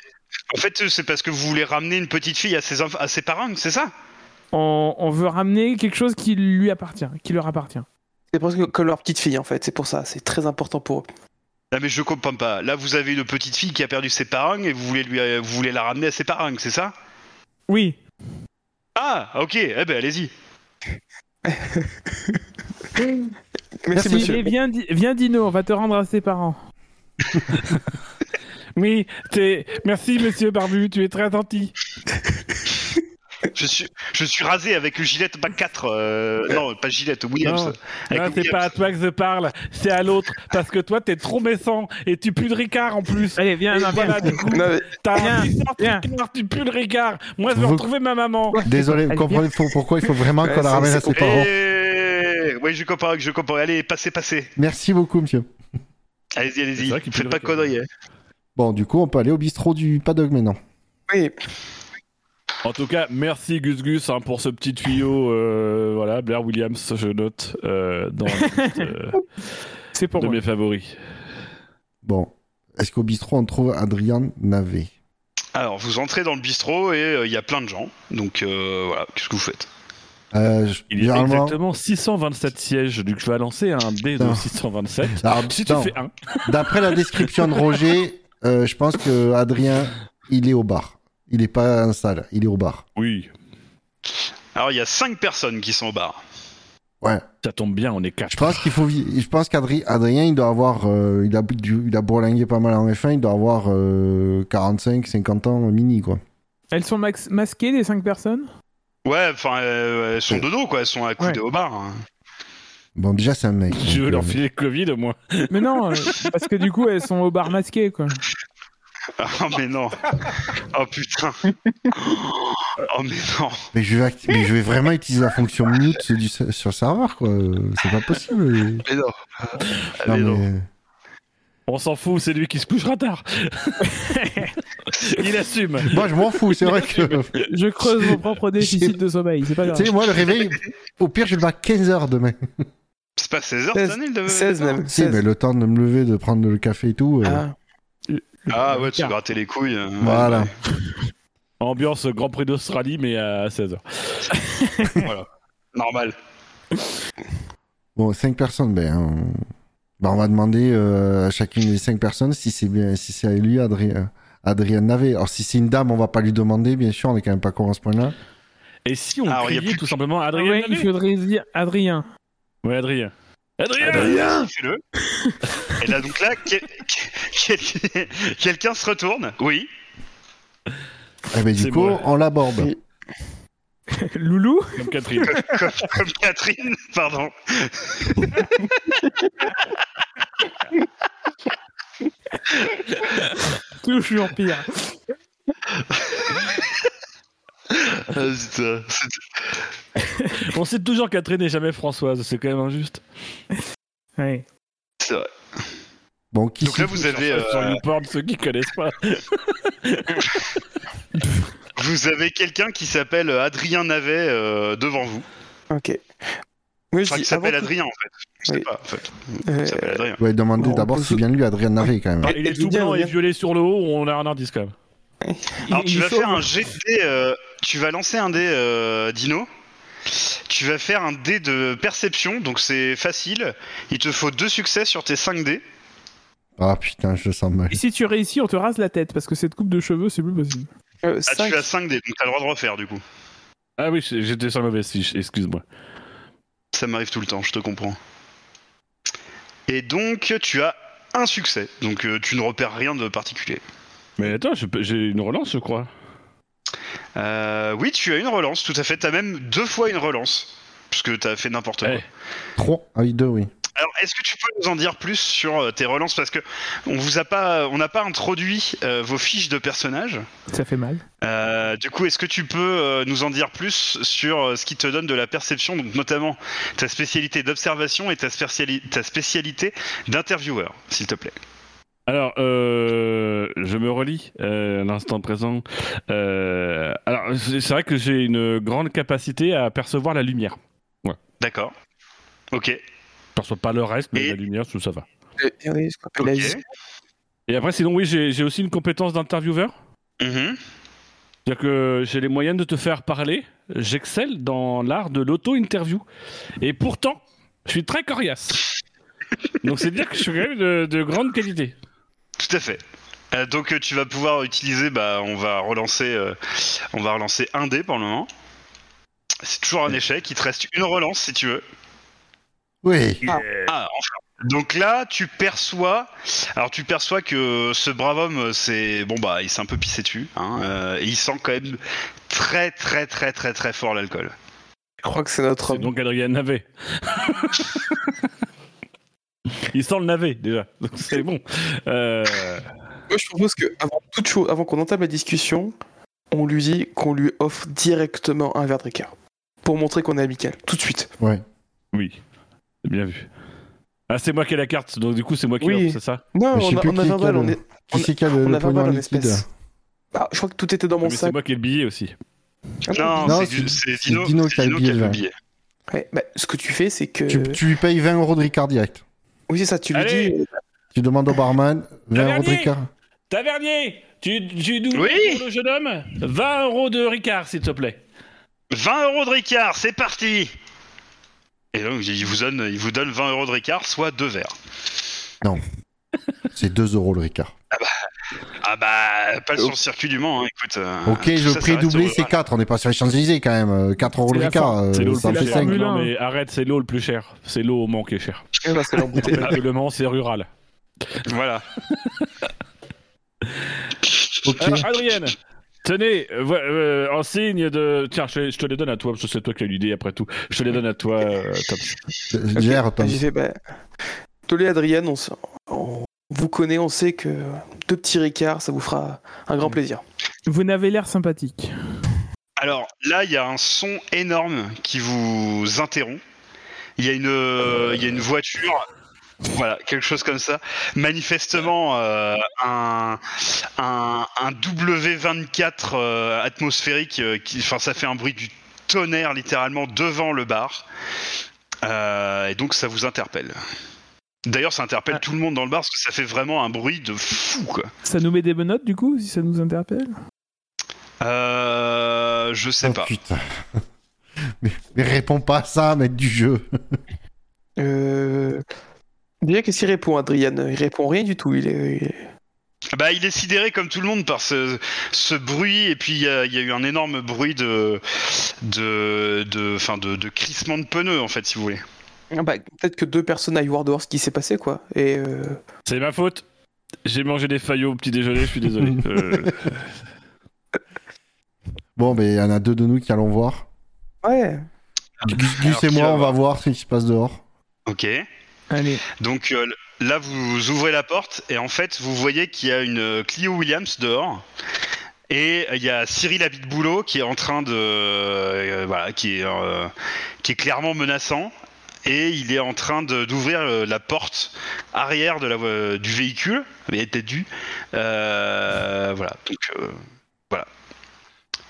En fait, c'est parce que vous voulez ramener une petite fille à ses, enf- à ses parents, c'est ça
on, on veut ramener quelque chose qui lui appartient, qui leur appartient.
C'est presque comme leur petite fille, en fait. C'est pour ça. C'est très important pour eux.
Non, mais je comprends pas. Là, vous avez une petite fille qui a perdu ses parents et vous voulez, lui, euh, vous voulez la ramener à ses parents, c'est ça
Oui,
Ah, ok, eh ben allez-y.
Merci,
Merci.
Eh,
monsieur.
Et viens, Di- viens Dino, on va te rendre à ses parents.
Oui, t'es... merci monsieur Barbu, tu es très gentil.
Je suis, je suis rasé avec Gillette Bac 4. euh, Non, pas Gillette, Williams.
Non,
Avec
Non, c'est
Williams.
pas à toi que je parle, c'est à l'autre, parce que toi t'es trop méchant et tu pues le Ricard en plus.
Allez, viens,
Et
non, viens.
voilà, du coup,
Non, mais-
t'as
Viens,
un t-shirt
viens.
Ricard, tu pues le Ricard. Moi je veux
Vous-
retrouver ma maman.
Désolé, vous
Allez,
comprenez faut- pourquoi il faut vraiment
Ouais,
qu'on la
c'est-
ramène à
c'est
ses parents.
Eh, Oui, je comprends, je comprends. Allez, passez, passez.
Merci beaucoup, monsieur.
Allez-y,
C'est
allez-y.
vrai qu'il pue
Faites
le
pas de
ricard.
conneries. hein.
Bon, du coup, on peut aller au bistrot du paddock maintenant.
Oui.
En tout cas, merci Gus Gus hein, pour ce petit tuyau. euh, voilà, Blair Williams, je note euh, dans la liste, euh,
C'est pour
de
moi.
mes favoris.
Bon, est-ce qu'au bistrot on trouve Adrien Navet
Alors, vous entrez dans le bistrot et euh, il y a plein de gens. Donc, euh, voilà, qu'est-ce que vous faites
euh, je-
Il y a
généralement-
exactement 627 sièges, donc je vais lancer un dé de
Putain.
627.
Alors,
Si tu
putain,
fais un.
D'après la description de Roger, euh, je pense que Adrien, il est au bar. Il est pas à la salle, il est au bar.
Oui.
Alors, il y a 5 personnes qui sont au bar.
Ouais.
Ça tombe bien, on est quatre.
Je pense qu'il faut. vi- Je pense qu'Adrien, il doit avoir. euh, il a dû- il a bourlingué pas mal en F1. Il doit avoir euh, 45, 50 ans euh, mini quoi.
Elles sont max- masquées, les 5 personnes
Ouais, enfin, euh, elles sont de dos, quoi. Elles sont à coups
Ouais.
de au bar. hein.
Bon, déjà c'est un mec.
Je veux
Donc,
leur
euh,
filer le Covid au moins.
Mais non, euh, parce que du coup, elles sont au bar masqué, quoi.
Oh mais non. Oh putain. Oh mais non.
Mais je, vais acti- mais je vais vraiment utiliser la fonction mute du, sur le serveur, quoi. C'est pas possible.
Mais non. Ah,
Non,
mais non.
mais-
On s'en fout, c'est lui qui se couchera tard. Il assume.
Moi, je m'en fous, c'est vrai que.
Je creuse mon propre déficit de sommeil, c'est pas grave.
Tu sais, moi, le réveil, au pire, je le mets à 15h demain.
C'est pas 16h,
16,
Daniel de...
16 même.
Si,
16.
mais le temps de me lever, de prendre le café et tout. euh,
Ah.
Ah ouais, tu te grattais les couilles. euh,
Voilà.
ouais,
Ambiance Grand Prix d'Australie, mais à 16h.
voilà. Normal.
Bon, 5 personnes, ben. on- ben, on va demander euh, à chacune des 5 personnes si c'est bien, si c'est à lui, Adrien. Adrien Navet. Alors, si c'est une dame, on va pas lui demander, bien sûr, on est quand même pas con à ce point-là.
Et si on
Alors, il y a
criait
plus-
tout simplement
Ah
Adrien
ouais,
Navet
il faudrait dire Adrien.
Ouais, Adrien. Adrien,
Fais-le. Et là, donc là, quel- quel- quelqu'un se retourne. Oui.
Eh ben, du
C'est
coup,
moi.
on l'aborde.
Oui.
Loulou
Comme Catherine.
Comme, comme Catherine, pardon.
Toujours pire.
Ah, putain, c'est-
on sait toujours Catherine et jamais Françoise, c'est quand même injuste.
Ouais.
c'est vrai.
Bon, qui
Donc là,
c'est-
vous avez,
Sur- Sur
euh,
YouPorn, ceux qui connaissent pas.
vous avez quelqu'un qui s'appelle Adrien Navet euh, devant vous.
Ok. Moi, je
Enfin, qui
dis,
s'appelle
avant tout-
Adrien, en fait. Je sais
Oui.
pas, en fait.
euh,
Il s'appelle Adrien.
Ouais, demander
Bon,
d'abord
on
si
peut-
c'est bien lui, Adrien Navet, quand même.
Enfin, il
Et-
est
et
tout
bien,
blanc et
bien.
violet sur le haut, on a un indice quand même.
Alors,
Il-
tu
il
vas
faut-
faire un jet de dés, euh, tu vas lancer un dé euh, Dino. Tu vas faire un dé de perception, donc c'est facile. Il te faut deux succès sur tes 5 dés.
Ah, putain, je le sens mal.
Et si tu réussis, on te rase la tête parce que cette coupe de cheveux, c'est plus possible.
euh,
Ah,
cinq.
tu as 5 dés, donc t'as le droit de refaire du coup.
Ah oui, c'est- j'étais sur la mauvaise fiche, excuse-moi.
Ça m'arrive tout le temps, je te comprends. Et donc, tu as un succès, donc euh, tu ne repères rien de particulier.
Mais attends, je peux- j'ai une relance, je crois.
Euh, oui, tu as une relance, tout à fait. T'as même deux fois une relance, parce que t'as fait n'importe quoi.
Eh.
3 Ah oui, 2, oui.
Alors, est-ce que tu peux nous en dire plus sur euh, tes relances Parce que on vous a pas, euh, on n'a pas introduit euh, vos fiches de personnages.
Ça fait mal.
Euh, du coup, est-ce que tu peux euh, nous en dire plus sur euh, ce qui te donne de la perception, donc notamment ta spécialité d'observation et ta, spéciali- ta spécialité d'intervieweur, s'il te plaît
Alors, euh, je me relis euh, à l'instant présent. Euh, alors, c'est c'est vrai que j'ai une grande capacité à percevoir la lumière.
D'accord. Ok.
Je perçois pas le reste, mais
Et-
la lumière, tout ça va.
Eh oui, ce qu'on appelle
Ok.
la vis-
Et après, sinon, oui, j'ai j'ai aussi une compétence d'intervieweur.
Mhm.
C'est-à-dire que j'ai les moyens de te faire parler. J'excelle dans l'art de l'auto-interview. Et pourtant, je suis très coriace. Donc, c'est dire que je suis quand même de, de grande qualité.
Tout à fait. Euh, donc, euh, tu vas pouvoir utiliser. Bah, on va relancer. euh, on va relancer un dé pour le moment. C'est toujours un échec. Il te reste une relance si tu veux.
Oui.
Ah, enfin. Donc là, tu perçois, alors tu perçois que ce brave homme, c'est bon bah, il s'est un peu pissé dessus, hein, euh, et il sent quand même très très très très très fort l'alcool.
Je crois que c'est notre
C'est
homme.
donc Adrien Navet. Il sent le navet déjà, donc c'est bon. Euh,
Moi, je propose que avant toute chose, avant qu'on entame la discussion, on lui dit qu'on lui offre directement un verre de Ricard pour montrer qu'on est amical, tout de suite.
Ouais.
oui, bien vu. Ah, c'est moi qui ai la carte, donc du coup c'est moi qui
Oui.
l'offre, c'est ça
Non,
Mais je sais
on a,
plus
on a
qui
20
quel-
balles, on est.
Qui
On-
c'est qui a le,
on
le
a 20
pognon
balles en
liquide
espèce. Ah, je crois que tout était dans mon
Mais c'est hein.
sac. Ah
moi qui ai le billet aussi.
Non,
Ah Non,
c'est
c'est-
du- c'est
c'est
Dino,
Dino
c'est
qui a le
Dino qui a le
billet.
billet.
Ouais, bah, ce que tu fais, c'est que.
tu, tu lui payes 20 euros de Ricard direct.
Oui, c'est ça, tu lui
Allez.
dis.
Tu demandes au barman 20 euros de
dernier.
Ricard.
Tavernier, tu, tu nous
Oui.
pour le jeune homme 20 euros de Ricard, s'il te plaît.
20 euros de Ricard, c'est parti. Et donc il vous donne, il vous donne 20 euros de Ricard, soit deux verres.
C'est 2 euros le Ricard.
Ah bah, pas sur le circuit du Mans, hein, écoute. euh,
ok,
tout
je
ça, ça
prix
reste
doublé,
au-
c'est 4. On est pas sur les Champs-Élysées quand même. 4 euros
C'est
le
la
Ricard,
C'est
euh,
l'eau
ça
le
la
fait
plus cher.
5.
Formule
Non,
un.
mais arrête, c'est l'eau le plus cher. C'est l'eau au Mans qui est cher.
Eh bah, c'est l'embouteille.
le Mans, c'est rural.
Voilà.
Ok.
Alors, Adrienne, tenez, euh, vo- euh, en signe de. Tiens, je, je te les donne à toi, parce que c'est toi qui as eu l'idée après tout. Je te les donne à toi, euh, Tom.
Gère, Tom.
J'ai fait, bah. Tolé Adrienne, on, se- on vous connaît, on sait que deux petits Ricards, ça vous fera un
Mm.
grand plaisir.
Vous n'avez l'air sympathique.
Alors là, il y a un son énorme qui vous interrompt. Il y a une, euh, il y a une voiture. Voilà, quelque chose comme ça. Manifestement, euh, un, un, un W24 euh, atmosphérique, euh, qui, enfin, ça fait un bruit du tonnerre littéralement devant le bar. Euh, et donc, ça vous interpelle. D'ailleurs, ça interpelle tout le monde dans le bar parce que ça fait vraiment un bruit de fou, quoi.
Ça nous met des bonnes notes, du coup, si ça nous interpelle
Euh, je sais
Oh,
pas.
Putain. mais, mais réponds pas à ça, maître du jeu.
Euh... Déjà, qu'est-ce qu'il répond, Adrian Il répond rien du tout. Il est... il est-
Bah, il est sidéré comme tout le monde par ce, ce bruit, et puis il y, a il y a eu un énorme bruit de de de, enfin, de de crissement de pneus en fait, si vous voulez.
Ah bah, Peut-être que deux personnes aillent voir dehors ce qui s'est passé, quoi. Et euh,
C'est ma faute. J'ai mangé des faillots au petit déjeuner, je suis désolé. Euh,
Bon, mais il y en a deux de nous qui allons voir.
Ouais.
Gus Gus
Ah, Alors,
et
qui
moi,
va
on va voir ce qui se passe dehors.
Ok.
Allez.
Donc euh, là, vous ouvrez la porte et en fait, vous voyez qu'il y a une euh, Clio Williams dehors. Et euh, il y a Cyril Abitboulot qui est en train de. euh, voilà, qui est, euh, qui est clairement menaçant. Et il est en train de- d'ouvrir euh, la porte arrière de la, vo- du véhicule. Mais était dû. Euh, voilà. Donc, euh, voilà.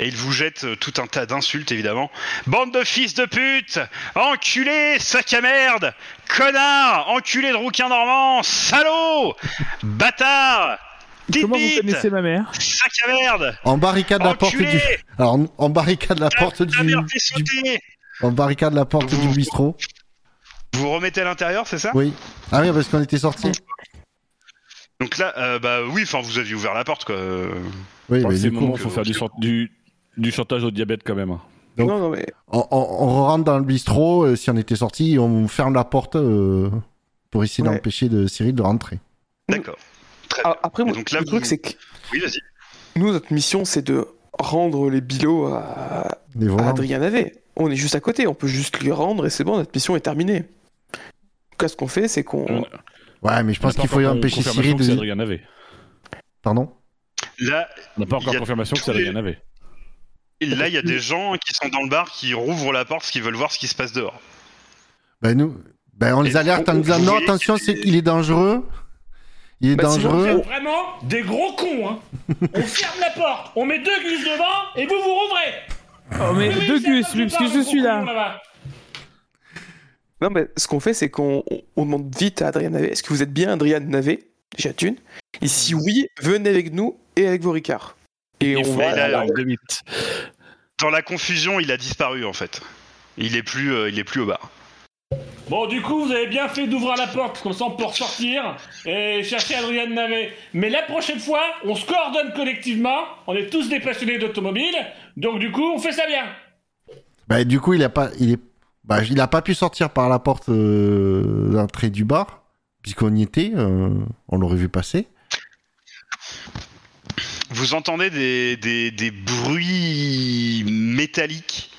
Et il vous jette euh, tout un tas d'insultes, évidemment. Bande de fils de pute Enculé, sac à merde Connard Enculé de rouquin normand Salaud Bâtard
Comment vous
Débite
connaissez ma mère
Sac à merde
En barricade la porte
Enculé
du. Alors, en- en barricade la porte
Ta
du.
mère, t'es
du-
sauté
En barricade la porte
Vous-
du bistrot.
Vous remettez à l'intérieur, c'est ça
Oui. Ah oui, parce qu'on était sortis.
Donc là, euh, bah oui, enfin vous aviez ouvert la porte quoi. Euh,
Mm. Oui,
à
mais
ces
Eh ben, du coup,
moments, faut faire du, chan- du, du chantage au diabète quand même. hein.
Donc-
Non, non, mais
on, on- on rentre dans le bistrot. euh, si on était sortis, on ferme la porte euh, pour essayer
Ouais.
d'empêcher de Cyril de rentrer.
D'accord. Très bien.
Ah, après,
Et
moi,
donc là,
le
vous-
truc, c'est que
Oui, vas-y.
nous, notre mission, c'est de rendre les bilots à,
Les
à
volants.
Ah, Adrien Navet. On est juste à côté, on peut juste lui rendre et c'est bon, notre mission est terminée. Qu'est-ce qu'on fait, c'est
Mm.
Euh,
qu'on.
Ouais, mais je pense
On n'a
qu'il
pas
faut
encore
empêcher
confirmation
Cyril
que c'est
de.
Adrien Navet.
Pardon
Là,
On n'a pas
Il
encore
y a
confirmation que
tous
c'est Adrien
les-
Navet.
là, il y a des gens qui sont dans le bar qui rouvrent la porte parce qu'ils veulent voir ce qui se passe dehors.
Ben nous, ben on les
Et
alerte en
on-
disant
on-
non, attention, c'est qu'il est dangereux. Il est
Ben,
Bah, sinon,
Vous
dangereux.
êtes vraiment des gros cons, hein. On ferme la porte, on met deux gus devant et vous vous rouvrez.
Oh, mais
Oui,
deux
c'est à
gus,
toi
lui,
que
parce que
parle,
je suis
gros
là.
con, là-bas.
Non, mais ce qu'on fait, c'est qu'on on- on demande vite à Adrien Navet est-ce que vous êtes bien Adrien Navet Déjà une. Et si
Mm.
oui, venez avec nous et avec vos ricards. Et
Il
on
faut
va.
aller à la-
en deux minutes.
Dans la confusion, il a disparu en fait. Il est plus, euh, il est plus au bar.
Bon, du coup, vous avez bien fait d'ouvrir la porte, comme ça on peut ressortir et chercher Adrien Navet. Mais la prochaine fois, on se coordonne collectivement. On est tous des passionnés d'automobile, donc du coup, on fait ça bien.
Ben du coup, il a pas, il est, ben, il a pas pu sortir par la porte euh, d'entrée du bar puisqu'on y était, euh, on l'aurait vu passer.
Vous entendez des, des, des bruits métalliques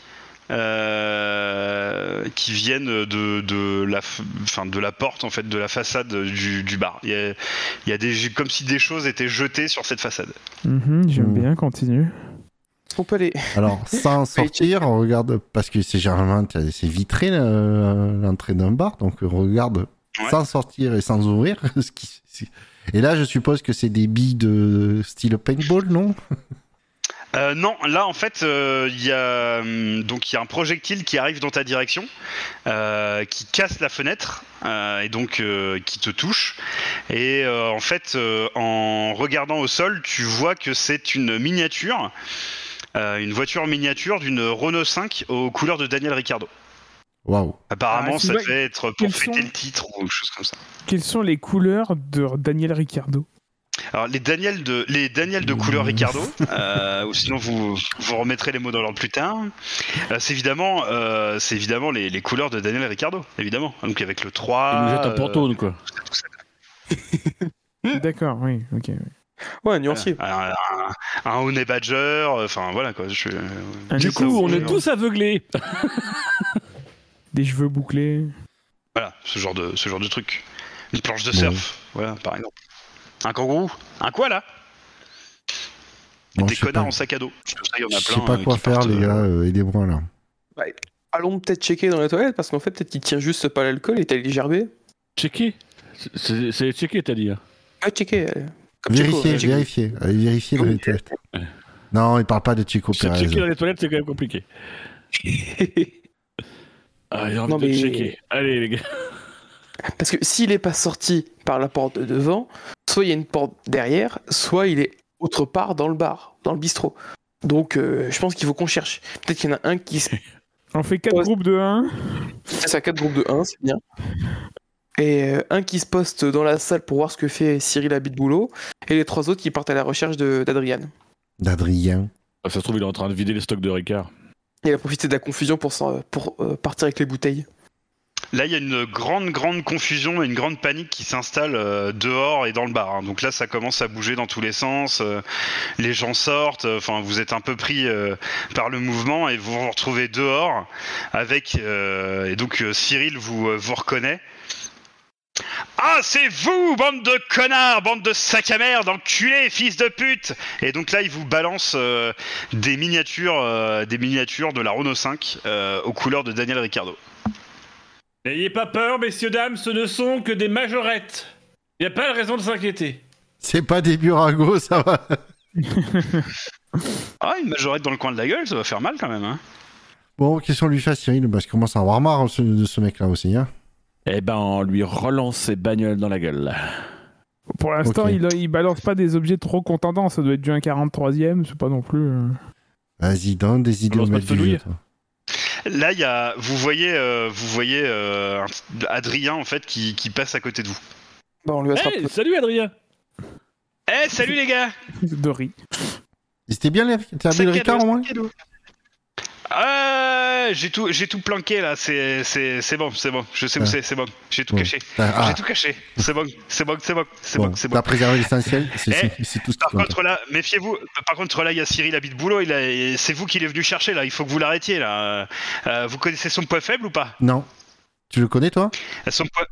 euh, qui viennent de, de, la, f- enfin, de la porte, en fait, de la façade du, du bar. Il y a, il y a des, comme si des choses étaient jetées sur cette façade.
Mhm, J'aime
Mm.
bien, continue.
On peut aller.
Alors sans sortir, on regarde parce que c'est généralement t'as- c'est vitré euh, l'entrée d'un bar, donc on regarde
Ouais.
sans sortir et sans ouvrir. ce qui, c'est- et là, je suppose que c'est des billes de style paintball, non
Euh, non, là en fait, euh, il y a hum, donc il y a un projectile qui arrive dans ta direction, euh, qui casse la fenêtre euh, et donc euh, qui te touche. Et euh, en fait, euh, en regardant au sol, tu vois que c'est une miniature, euh, une voiture miniature d'une Renault 5 aux couleurs de Daniel Ricciardo.
Waouh.
Apparemment,
Ah, c'est
ça
vrai.
devait être pour
Quels
fêter
sont-
le titre ou quelque chose comme ça.
Quelles sont les couleurs de Daniel Ricciardo
Alors les Daniel de les Daniel de couleur Ricardo, euh, ou sinon vous vous remettrez les mots dans l'ordre plus tard. Euh, c'est évidemment euh, c'est évidemment les, les couleurs de Daniel Ricardo, évidemment. Donc avec le 3
Il nous jette un
euh,
pantoune, quoi.
Mmh.
D'accord, oui, ok. oui.
Ouais, nuancier.
un, un, un Honey Badger, euh, enfin voilà quoi. Je, euh,
Un
Du
des-
coup, on est tous-
aveuglés.
Des cheveux bouclés.
voilà ce genre de ce genre de truc. Une planche de surf, voilà, par exemple. Un kangourou Un quoi là
Bon,
Des
je sais
connards
pas,
en sac à dos. Parce que ça, il y en a
je sais
plein,
pas
euh,
quoi
qui
faire,
partent,
les
euh,
gars. euh, Aidez-moi là.
Allons peut-être checker dans les toilettes parce qu'en fait, peut-être qu'il tient juste pas l'alcool et est allé gerber.
Checker C'est c'est checker, t'as dit. hein.
Ah, checker. euh, Comme Checo,
Vérifiez,
euh, Checo.
vérifiez. Allez vérifier dans les têtes. Non, il parle pas de Chico
Se Checker dans
Perez.
les toilettes, c'est quand même compliqué. Ah, j'ai envie
Non,
de
mais-
checker. Allez, les gars.
Parce que s'il n'est pas sorti par la porte de devant, soit il y a une porte derrière, soit il est autre part dans le bar, dans le bistrot. Donc euh, je pense qu'il faut qu'on cherche. Peut-être qu'il y en a un qui se
On fait quatre
Ouais.
groupes de 1.
passe à quatre groupes de 1, c'est bien. Et euh, un qui se poste dans la salle pour voir ce que fait Cyril Abitboulot, et les trois autres qui partent à la recherche de- d'Adrian.
D'Adrien.
Ah, Ça se trouve, il est en train de vider les stocks de Ricard.
Il a profité de la confusion pour, s'en- pour euh, partir avec les bouteilles.
Là, il y a une grande, grande confusion et une grande panique qui s'installe euh, dehors et dans le bar. hein. Donc là, ça commence à bouger dans tous les sens. euh, les gens sortent. euh, Enfin, vous êtes un peu pris euh, par le mouvement et vous vous retrouvez dehors avec. euh, et donc euh, Cyril vous euh, vous reconnaît. Ah, c'est vous, bande de connards, bande de sacs à merde, enculés, fils de pute Et donc là, il vous balance euh, des miniatures, euh, des miniatures de la Renault 5 euh, aux couleurs de Daniel Ricardo.
N'ayez pas peur, messieurs, dames, ce ne sont que des majorettes. Il n'y a pas de raison de s'inquiéter.
C'est pas des buragos, ça va.
Ah, une majorette dans le coin de la gueule, ça va faire mal quand même. Hein.
Bon, question lui fasse, Cyril, parce qu'il commence à en avoir marre ce- de ce mec-là aussi. Hein.
Eh ben, on lui relance ses bagnoles dans la gueule.
Pour l'instant,
Ok.
il, il balance pas des objets trop contendants. Ça doit être du 1,43ème. C'est pas non plus. euh.
Vas-y, donne des idées
On
au
lance
mec
pas de
du jeu,
fenouil
toi.
Là, il y a, vous voyez, euh, vous voyez euh, un- Adrien en fait qui, qui passe à côté de vous.
Bah, on lui attrape.
Hey, salut Adrien
Eh, salut les gars
de riz.
C'était bien, les... t'as
Sac à
vu le
dos,
Ricard au moins
sac à dos. Ah, j'ai tout, j'ai tout planqué là. C'est, c'est, c'est bon, c'est bon. Je sais où
Ah.
c'est, c'est bon. J'ai tout
Bon.
caché.
Ah,
J'ai tout caché. C'est bon, c'est bon, c'est bon, c'est
bon,
bon, c'est bon.
t'as préservé l'essentiel, c'est
Eh,
c'est- c'est tout ce qui
Par
compte.
contre là, méfiez-vous. Par contre là, il y a Cyril habite boulot. Il a, c'est vous qui l'est venu chercher là. Il faut que vous l'arrêtiez là. Euh, vous connaissez son point faible ou pas
Non. Tu le connais, toi
Son point...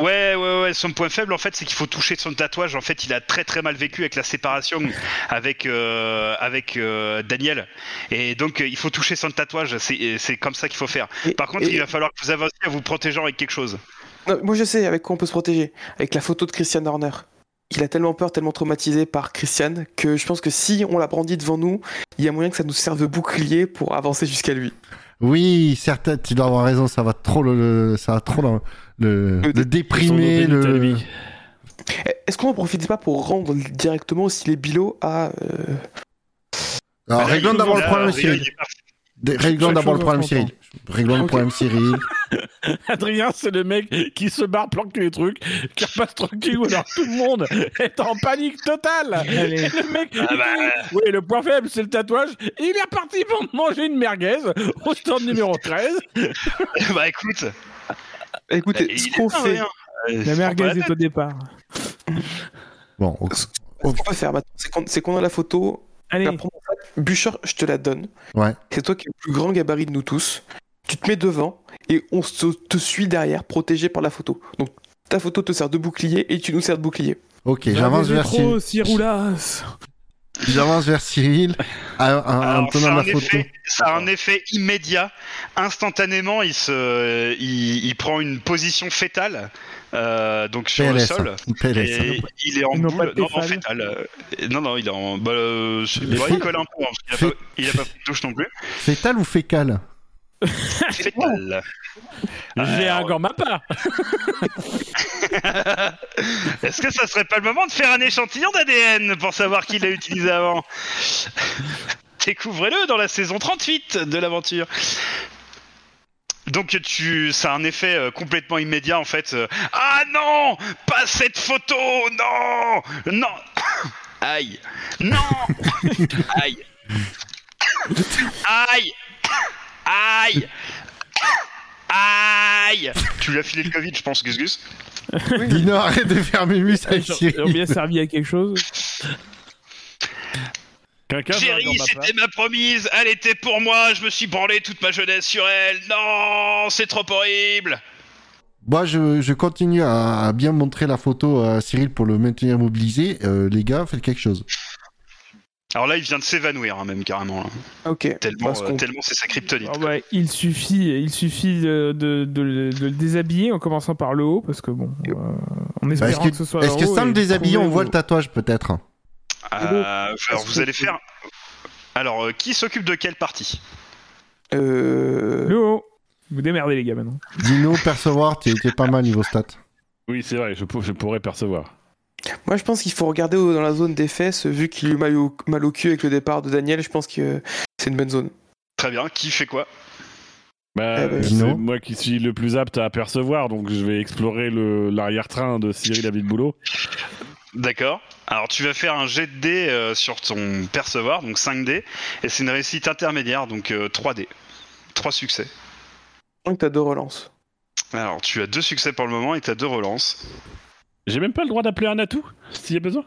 Ouais, ouais, ouais, son point faible en fait, c'est qu'il faut toucher son tatouage. En fait, il a très très mal vécu avec la séparation avec, euh, avec euh, Daniel. Et donc, euh, il faut toucher son tatouage, c'est c'est comme ça qu'il faut faire.
Et-
Par contre,
et-
il va falloir que vous avanciez à vous protéger avec quelque chose.
Non, moi je sais avec quoi on peut se protéger. Avec la photo de Christian Horner. Il a tellement peur, tellement traumatisé par Christian que je pense que si on la brandit devant nous, il y a moyen que ça nous serve de bouclier pour avancer jusqu'à lui.
Oui, certes, tu dois avoir raison, ça va trop le, le- ça va trop le, le,
Le-
le déprimer.
Son
Le... Ah,
obénite à lui.
Eh, Est-ce qu'on en profite pas pour rendre directement aussi les bilots à. euh,
Alors,
Bah, là,
réglons
il-
d'abord le
là,
problème,
Adrien,
Cyril.
il est parti.
Dé- Réglons
Chaque
d'abord le
chose
problème,
en son
Cyril. Réglons le
Ok.
problème, Cyril.
Adrien, c'est le mec qui se barre, planque les trucs, qui repasse tranquille, ou alors tout le monde est en panique totale.
Ah, Allez.
Et le mec,
Ah bah.
il dit, oui, le point faible, c'est le tatouage. Et il est parti pour manger une merguez au stand numéro 13.
bah écoute,
Écoutez,
Bah, il
ce
est
qu'on
pas
fait,
rien. Euh,
La
c'est pas
merguez
la
est au départ.
Bon, ok.
ce qu'on peut faire maintenant, c'est qu'on- c'est qu'on a la photo, on
Allez,
la prend en sac. Bûcheur, je te la donne.
Ouais.
C'est toi qui es le plus grand gabarit de nous tous. Tu te mets devant et on se- te suit derrière, protégé par la photo. Donc ta photo te sert de bouclier et tu nous sers de bouclier.
Ok, j'avance vers Cyril.
trop, Ciroulas.
J'avance vers Cyril en- en- en
Alors, ça, a
tenant
un
la photo.
effet, ça a un effet immédiat. Instantanément, il, se, il, il prend une position fétale, euh, donc sur le
PLS.
sol.
hein. PLS. hein.
Et il est en
Ils n'ont pas
boule.
de
Non, en
Tefal.
fétal. Euh, Non, non, il est en. Bah, euh, c'est-
Mais
bah,
fé-
il colle un peu. hein, parce qu'il a
fé-
pas- il a pas pris de douche non plus.
Fétal ou fécal
Fétal.
J'ai un
alors-
gant mappa.
Est-ce que ça serait pas le moment de faire un échantillon d'ADN pour savoir qui l'a utilisé avant Découvrez-le dans la saison 38 de l'aventure. Donc tu, ça a un effet euh, complètement immédiat en fait. euh, ah non, pas cette photo, non, non, aïe, non, aïe, aïe, aïe, aïe. Tu lui as filé le Covid, je pense, Gus Gus.
Dino, arrête de faire mémus avec
Ils ont
Cyril.
bien servi à quelque chose.
Quelqu'un veut un
Chérie,
gant mappa
c'était ma promise, elle était pour moi, je me suis branlé toute ma jeunesse sur elle. Non, c'est trop horrible.
Moi, je, je continue à, à bien montrer la photo à Cyril pour le maintenir mobilisé. Euh, les gars, faites quelque chose.
Alors là, il vient de s'évanouir, hein, même carrément. là.
Ok.
Tellement,
Parce
euh,
qu'on-
tellement c'est sa kryptonite.
Ah ouais, il suffit, il suffit de, de- de- de le déshabiller en commençant par le haut, parce que bon, euh, en
Bah,
espérant
Est-ce que,
que, ce soit.
est-ce que
le haut
sans le
et
déshabiller,
trouver
on
le-
voit le tatouage peut-être
Ah,
Euh, alors, vous
que-
allez faire. Alors, euh, qui s'occupe de quelle partie
Euh,
Le haut. Vous démerdez les gars maintenant.
Dino, percevoir, t'es t'es pas mal niveau stats.
Oui, c'est vrai, je, pour- je pourrais percevoir.
Moi, je pense qu'il faut regarder au- dans la zone des fesses, vu qu'il a eu mal au, mal au cul avec le départ de Daniel. Je pense que euh, c'est une bonne zone.
Très bien, qui fait quoi
Bah,
Eh ben,
euh,
Dino
c'est moi qui suis le plus apte à percevoir, donc je vais explorer le- l'arrière-train de Cyril à boulot.
D'accord. Alors, tu vas faire un jet de dés euh, sur ton percevoir, donc 5D, et c'est une réussite intermédiaire, donc euh, 3D. 3 succès.
Donc, t'as deux relances.
Alors, tu as 2 succès pour le moment et tu as 2 relances.
J'ai même pas le droit d'appeler un atout, s'il y a besoin.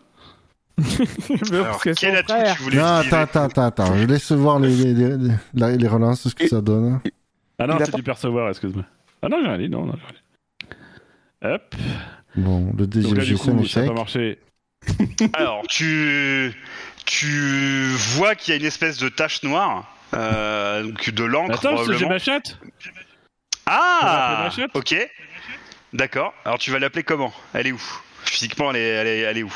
Alors,
Parce que
quel
son
atout
frère-
tu voulais
Non,
utiliser
attends, attends, attends, attends. Je laisse voir les, les, les- les- les relances, ce que ça donne.
Ah non,
Il a
c'est
pas-
du percevoir, excuse-moi. Ah non, j'ai rien dit, non, non, j'ai rien dit. Hop,
Bon, le
donc là, du
DGG, c'est un
coup, ça n'a
échec.
pas marché.
Alors, tu, tu vois qu'il y a une espèce de tache noire, euh, donc de l'encre
Attends, parce que j'ai
probablement.
ma chatte on va
Ah
l'appeler Machette
Ok. D'accord. Alors, tu vas l'appeler comment Elle est où Physiquement, elle est, elle est, elle est où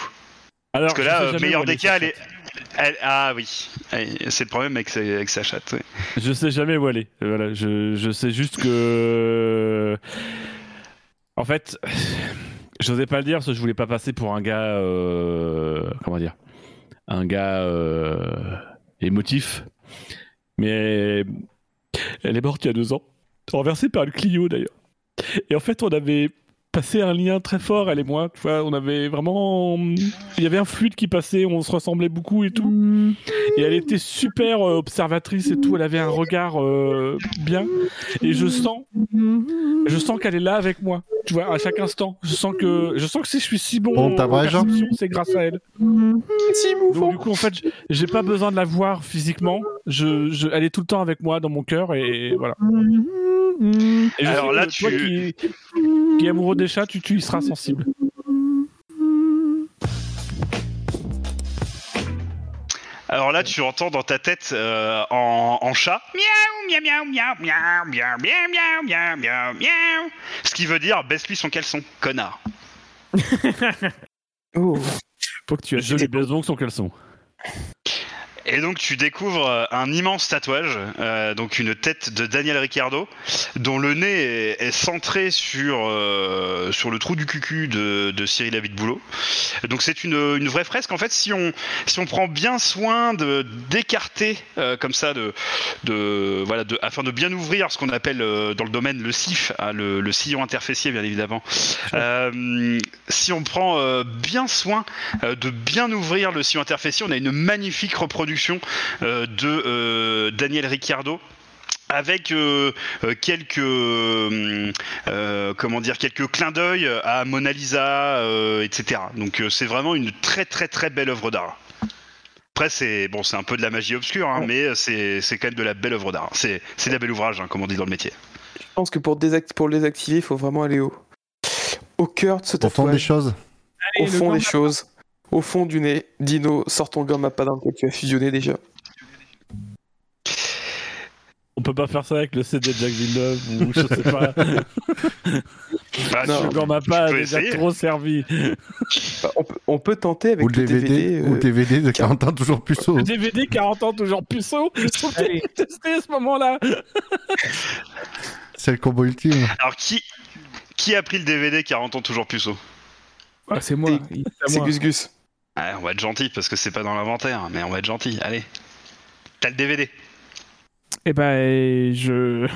Alors,
Parce que
je
là,
sais
euh,
jamais
meilleur
où elle
des cas, elle
cette
est... elle- Ah oui, Elle- c'est le problème avec sa, avec sa chatte. oui.
chatte. Je sais jamais où aller. Voilà, je, je sais juste que. En fait, j'osais pas le dire parce que je voulais pas passer pour un gars. euh, Comment dire Un gars euh, émotif. Mais elle est morte il y a deux ans. Renversée par le Clio d'ailleurs. Et en fait, on avait passé un lien très fort, elle et moi. Tu vois, on avait vraiment. Il y avait un fluide qui passait, on se ressemblait beaucoup et tout. Et elle était super euh, observatrice et tout. Elle avait un regard euh, bien. Et je sens, je sens qu'elle est là avec moi. Tu vois, à chaque instant, je sens que, je sens que si je suis si bon,
Bon,
en
t'abrèges, hein
perception, c'est grâce à elle.
Si
Donc du coup, en fait, j- j'ai pas besoin de la voir physiquement. Je, je- elle est tout le temps avec moi dans mon cœur et voilà. Et je
Alors
sais
là,
que toi
tu-
qui, qui est amoureux des chats, tu, tu y seras sensible.
Alors là, tu entends dans ta tête euh, en, en chat miaou, miaou, miaou, miaou, miaou, miaou, miaou, miaou, miaou, miaou. Ce qui veut dire baisse-lui son caleçon, connard.
Faut que tu
Je lui baise donc son caleçon.
Et donc tu découvres euh, un immense tatouage, euh, donc une tête de Daniel Ricciardo, dont le nez est, est centré sur, euh, sur le trou du cucu de, de Cyril David Boulot. Donc c'est une, une vraie fresque. En fait, si on, si on prend bien soin de d'écarter euh, comme ça, de, de, voilà, de, afin de bien ouvrir ce qu'on appelle euh, dans le domaine le SIF, hein, le, le sillon interfessier bien évidemment, euh, si on prend euh, bien soin euh, de bien ouvrir le sillon interfessier. On a une magnifique reproduction euh, de euh, Daniel Ricciardo avec euh, euh, quelques euh, euh, comment dire quelques clins d'œil à Mona Lisa, euh, etc. Donc euh, c'est vraiment une très très très belle œuvre d'art. Après c'est bon c'est un peu de la magie obscure hein, mais euh, c'est c'est quand même de la belle œuvre d'art. C'est c'est d'un bel ouvrage hein, comme on dit dans le métier.
Je pense que pour, désact- pour le désactiver, il faut vraiment aller au, au cœur de ce
Au fond des
tatouage,
choses.
au fond des choses, au fond du nez. Dino, sors ton gomme à pas dans lequel tu as fusionné déjà.
On peut pas faire ça avec le CD de Jack Villeneuve ou je sais pas.
Bah,
Non.
tu-
Quand ma pas
peux
déjà
essayer.
trop servi.
Bah, on, peut, on peut tenter avec
Ou le DVD, ou
euh,
le DVD de
car-
40 ans toujours plus haut.
Le DVD 40 ans toujours puceau. Je trouve que j'ai testé à ce moment-là.
C'est le combo ultime.
Alors qui qui a pris le DVD 40 ans toujours puceau
Ah, c'est moi. il- à
c'est
moi.
Gus Gus.
Ouais, Ah, on va être gentil parce que c'est pas dans l'inventaire, mais on va être gentil. Allez, t'as le DVD.
Eh ben, je...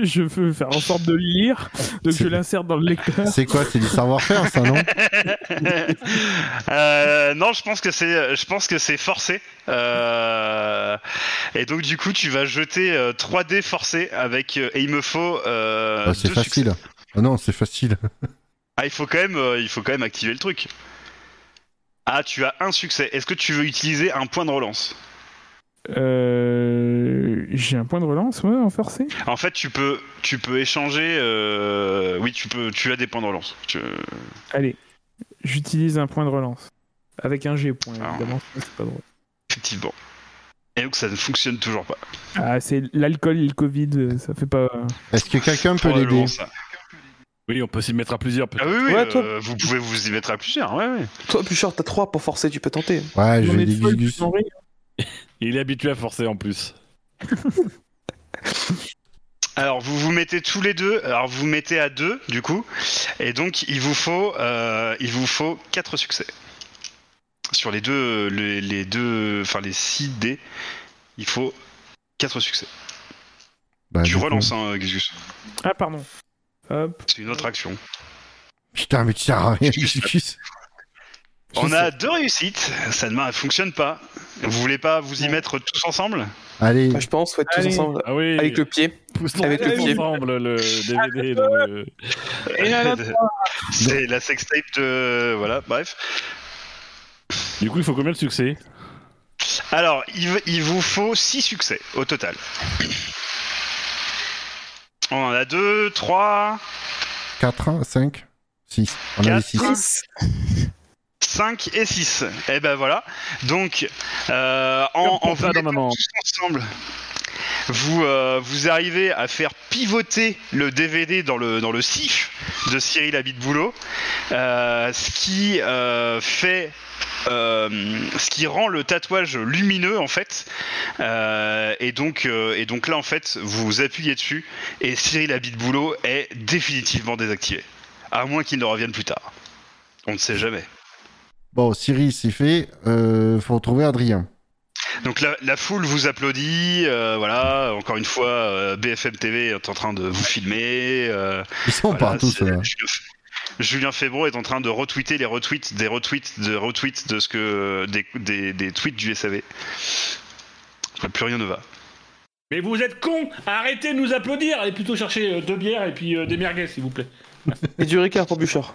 je veux faire en sorte de le lire, donc
C'est-
je l'insère dans le lecteur.
C'est quoi C'est du savoir-faire, ça, non
Euh, non, je pense que c'est, je pense que c'est forcé. Euh, et donc du coup, tu vas jeter euh, 3D forcé avec euh, et il me faut. euh,
Bah, C'est
deux
facile.
succès.
Ah non, c'est facile.
Ah, il faut quand même, euh, il faut quand même activer le truc. Ah, tu as un succès. Est-ce que tu veux utiliser un point de relance
Euh... euh, j'ai un point de relance, moi, en forcé.
En fait, tu peux, tu peux échanger. euh, Oui, tu peux. Tu as des points de relance. Tu-
Allez, j'utilise un point de relance. Avec un G point,
Ah.
évidemment, sinon c'est pas drôle.
Effectivement. Et donc ça ne fonctionne toujours pas.
Ah, c'est l'alcool et le Covid, euh, ça fait pas.
Est-ce que quelqu'un
Oh,
peut
Probablement
l'aider
ça.
Oui, on peut s'y mettre à plusieurs. peut-être.
Ah oui, oui
Ouais, toi.
euh, vous pouvez vous y mettre à plusieurs. Ouais, ouais.
Toi, Bouchard, t'as 3 pour forcer, tu peux tenter.
Ouais, je
On
vais
est
aider
folle,
Gugus.
Henri.
Il est habitué à forcer en plus.
Alors vous vous mettez tous les deux. Alors vous vous mettez à deux du coup. Et donc il vous faut, euh, il vous faut quatre succès sur les deux, les, les deux, enfin les six dés. Il faut quatre succès.
Bah,
tu
du coup-
relances, hein, Gugus.
Ah, pardon. Hop.
C'est une autre action.
Putain, mais tu sers à rien,
Gugus.
Gugus.
je
On
sais.
a deux réussites. Ça ne mar- fonctionne pas. Vous voulez pas vous y mettre tous ensemble
Allez,
Bah, je pense, faut être tous
Allez.
ensemble.
Ah oui,
Avec le pied.
pouce ton
avec
pouce
le pied.
ensemble, le DVD dans le.
C'est la sextape de. Voilà, bref.
Du coup, il faut combien de succès
Alors, il, v- il vous faut 6 succès au total. On en a 2, 3,
4, 5, 6. On a les
Quatre.
6.
Six.
5 et 6. Et ben voilà. Donc, euh, en, en
Comme
vous
ça, dans
mettant
Maman.
tous ensemble, vous, euh, vous arrivez à faire pivoter le DVD dans le, dans le sif de Cyril Habitboulot, euh, ce qui euh, fait. euh, ce qui rend le tatouage lumineux en fait Euh, et donc euh, et donc là en fait vous appuyez dessus et Cyril Habitboulot est définitivement désactivé à moins qu'il ne revienne plus tard on ne sait jamais
Bon, Cyril, c'est fait. Euh, faut retrouver Adrien.
Donc la, la foule vous applaudit, euh, voilà, encore une fois, euh, BFM TV est en train de vous filmer. euh,
Ils sont
voilà,
partout,
c'est-
ceux-là.
Julien F- Julien Febro est en train de retweeter les retweets des retweets de retweets de ce que des, des, des tweets du SAV. Enfin, Plus rien ne va.
Mais vous êtes cons Arrêtez de nous applaudir Allez plutôt chercher euh, deux bières et puis euh, des merguez, s'il vous plaît.
Et du Ricard pour Bouchard.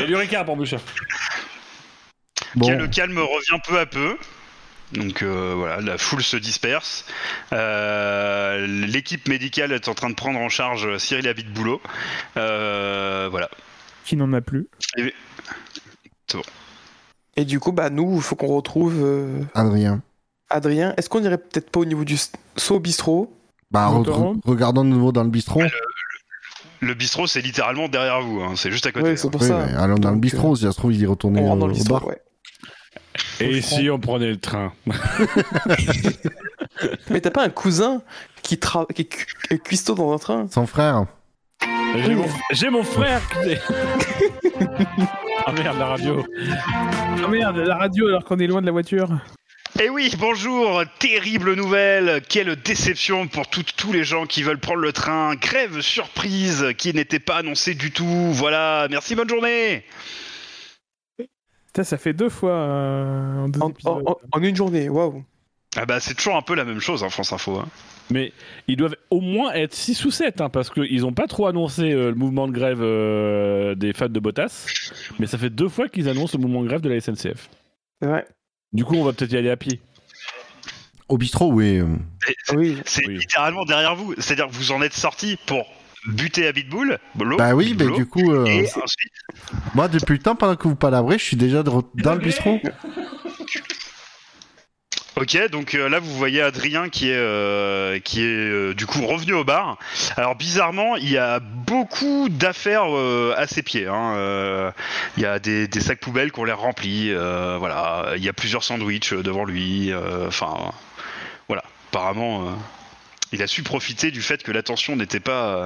Et du Ricard pour Bouchard.
Bon,
Le calme revient peu à peu. Donc euh, voilà, la foule se disperse. Euh, L'équipe médicale est en train de prendre en charge Cyril Habit Boulot. Euh, voilà.
Qui n'en a plus.
Et du coup, bah, nous, il faut qu'on retrouve euh,
Adrien.
Adrien. Est-ce qu'on irait peut-être pas au niveau du s- saut au bistrot
Bah,
Nous
re-
rentrons.
regardons de nouveau dans le bistrot.
Le bistrot, c'est littéralement derrière vous, hein, c'est juste à côté.
Ouais, c'est pour
Oui,
ça.
ouais, allons dans le
Donc, euh,
bistrot, si ça se trouve, il est retourné
On
au,
rentre dans le
au
bistrot,
bar.
ouais.
Et si on prenait le train
Mais t'as pas un cousin qui, tra... qui est cu- est cuistot dans un train
Son frère.
J'ai mon, j'ai mon frère qui Ah merde, la radio
Ah merde, la radio alors qu'on est loin de la voiture.
Et Eh oui, bonjour, terrible nouvelle, quelle déception pour toutes- tous les gens qui veulent prendre le train, grève surprise qui n'était pas annoncée du tout, voilà, merci, bonne journée
Putain, ça fait deux fois euh, en deux
en,
épisodes.
en- en une journée, waouh.
Ah bah c'est toujours un peu la même chose, hein, France Info. hein.
Mais ils doivent au moins être 6 ou 7, parce qu'ils n'ont pas trop annoncé euh, le mouvement de grève euh, des fans de Bottas, mais ça fait deux fois qu'ils annoncent le mouvement de grève de la SNCF.
C'est vrai.
Du coup, on va peut-être y aller à pied.
Au bistrot,
Oh,
oui. euh,
Oui.
C'est
Oui.
littéralement derrière vous, c'est-à-dire que vous en êtes sorti pour buter à Bitbull, Bolo,
Bah oui, mais
Bitbulo,
du coup, euh,
et ensuite,
moi, depuis le temps, pendant que vous palabrez, je suis déjà de re- dans le bistrot.
ok, donc euh, là vous voyez Adrien qui est, euh, qui est euh, du coup revenu au bar. Alors bizarrement, il y a beaucoup d'affaires euh, à ses pieds. hein, euh, Il y a des, des sacs poubelles qu'on les remplit. euh, voilà, il y a plusieurs sandwichs euh, devant lui. euh, Enfin, voilà. Apparemment, euh, il a su profiter du fait que l'attention n'était pas, euh,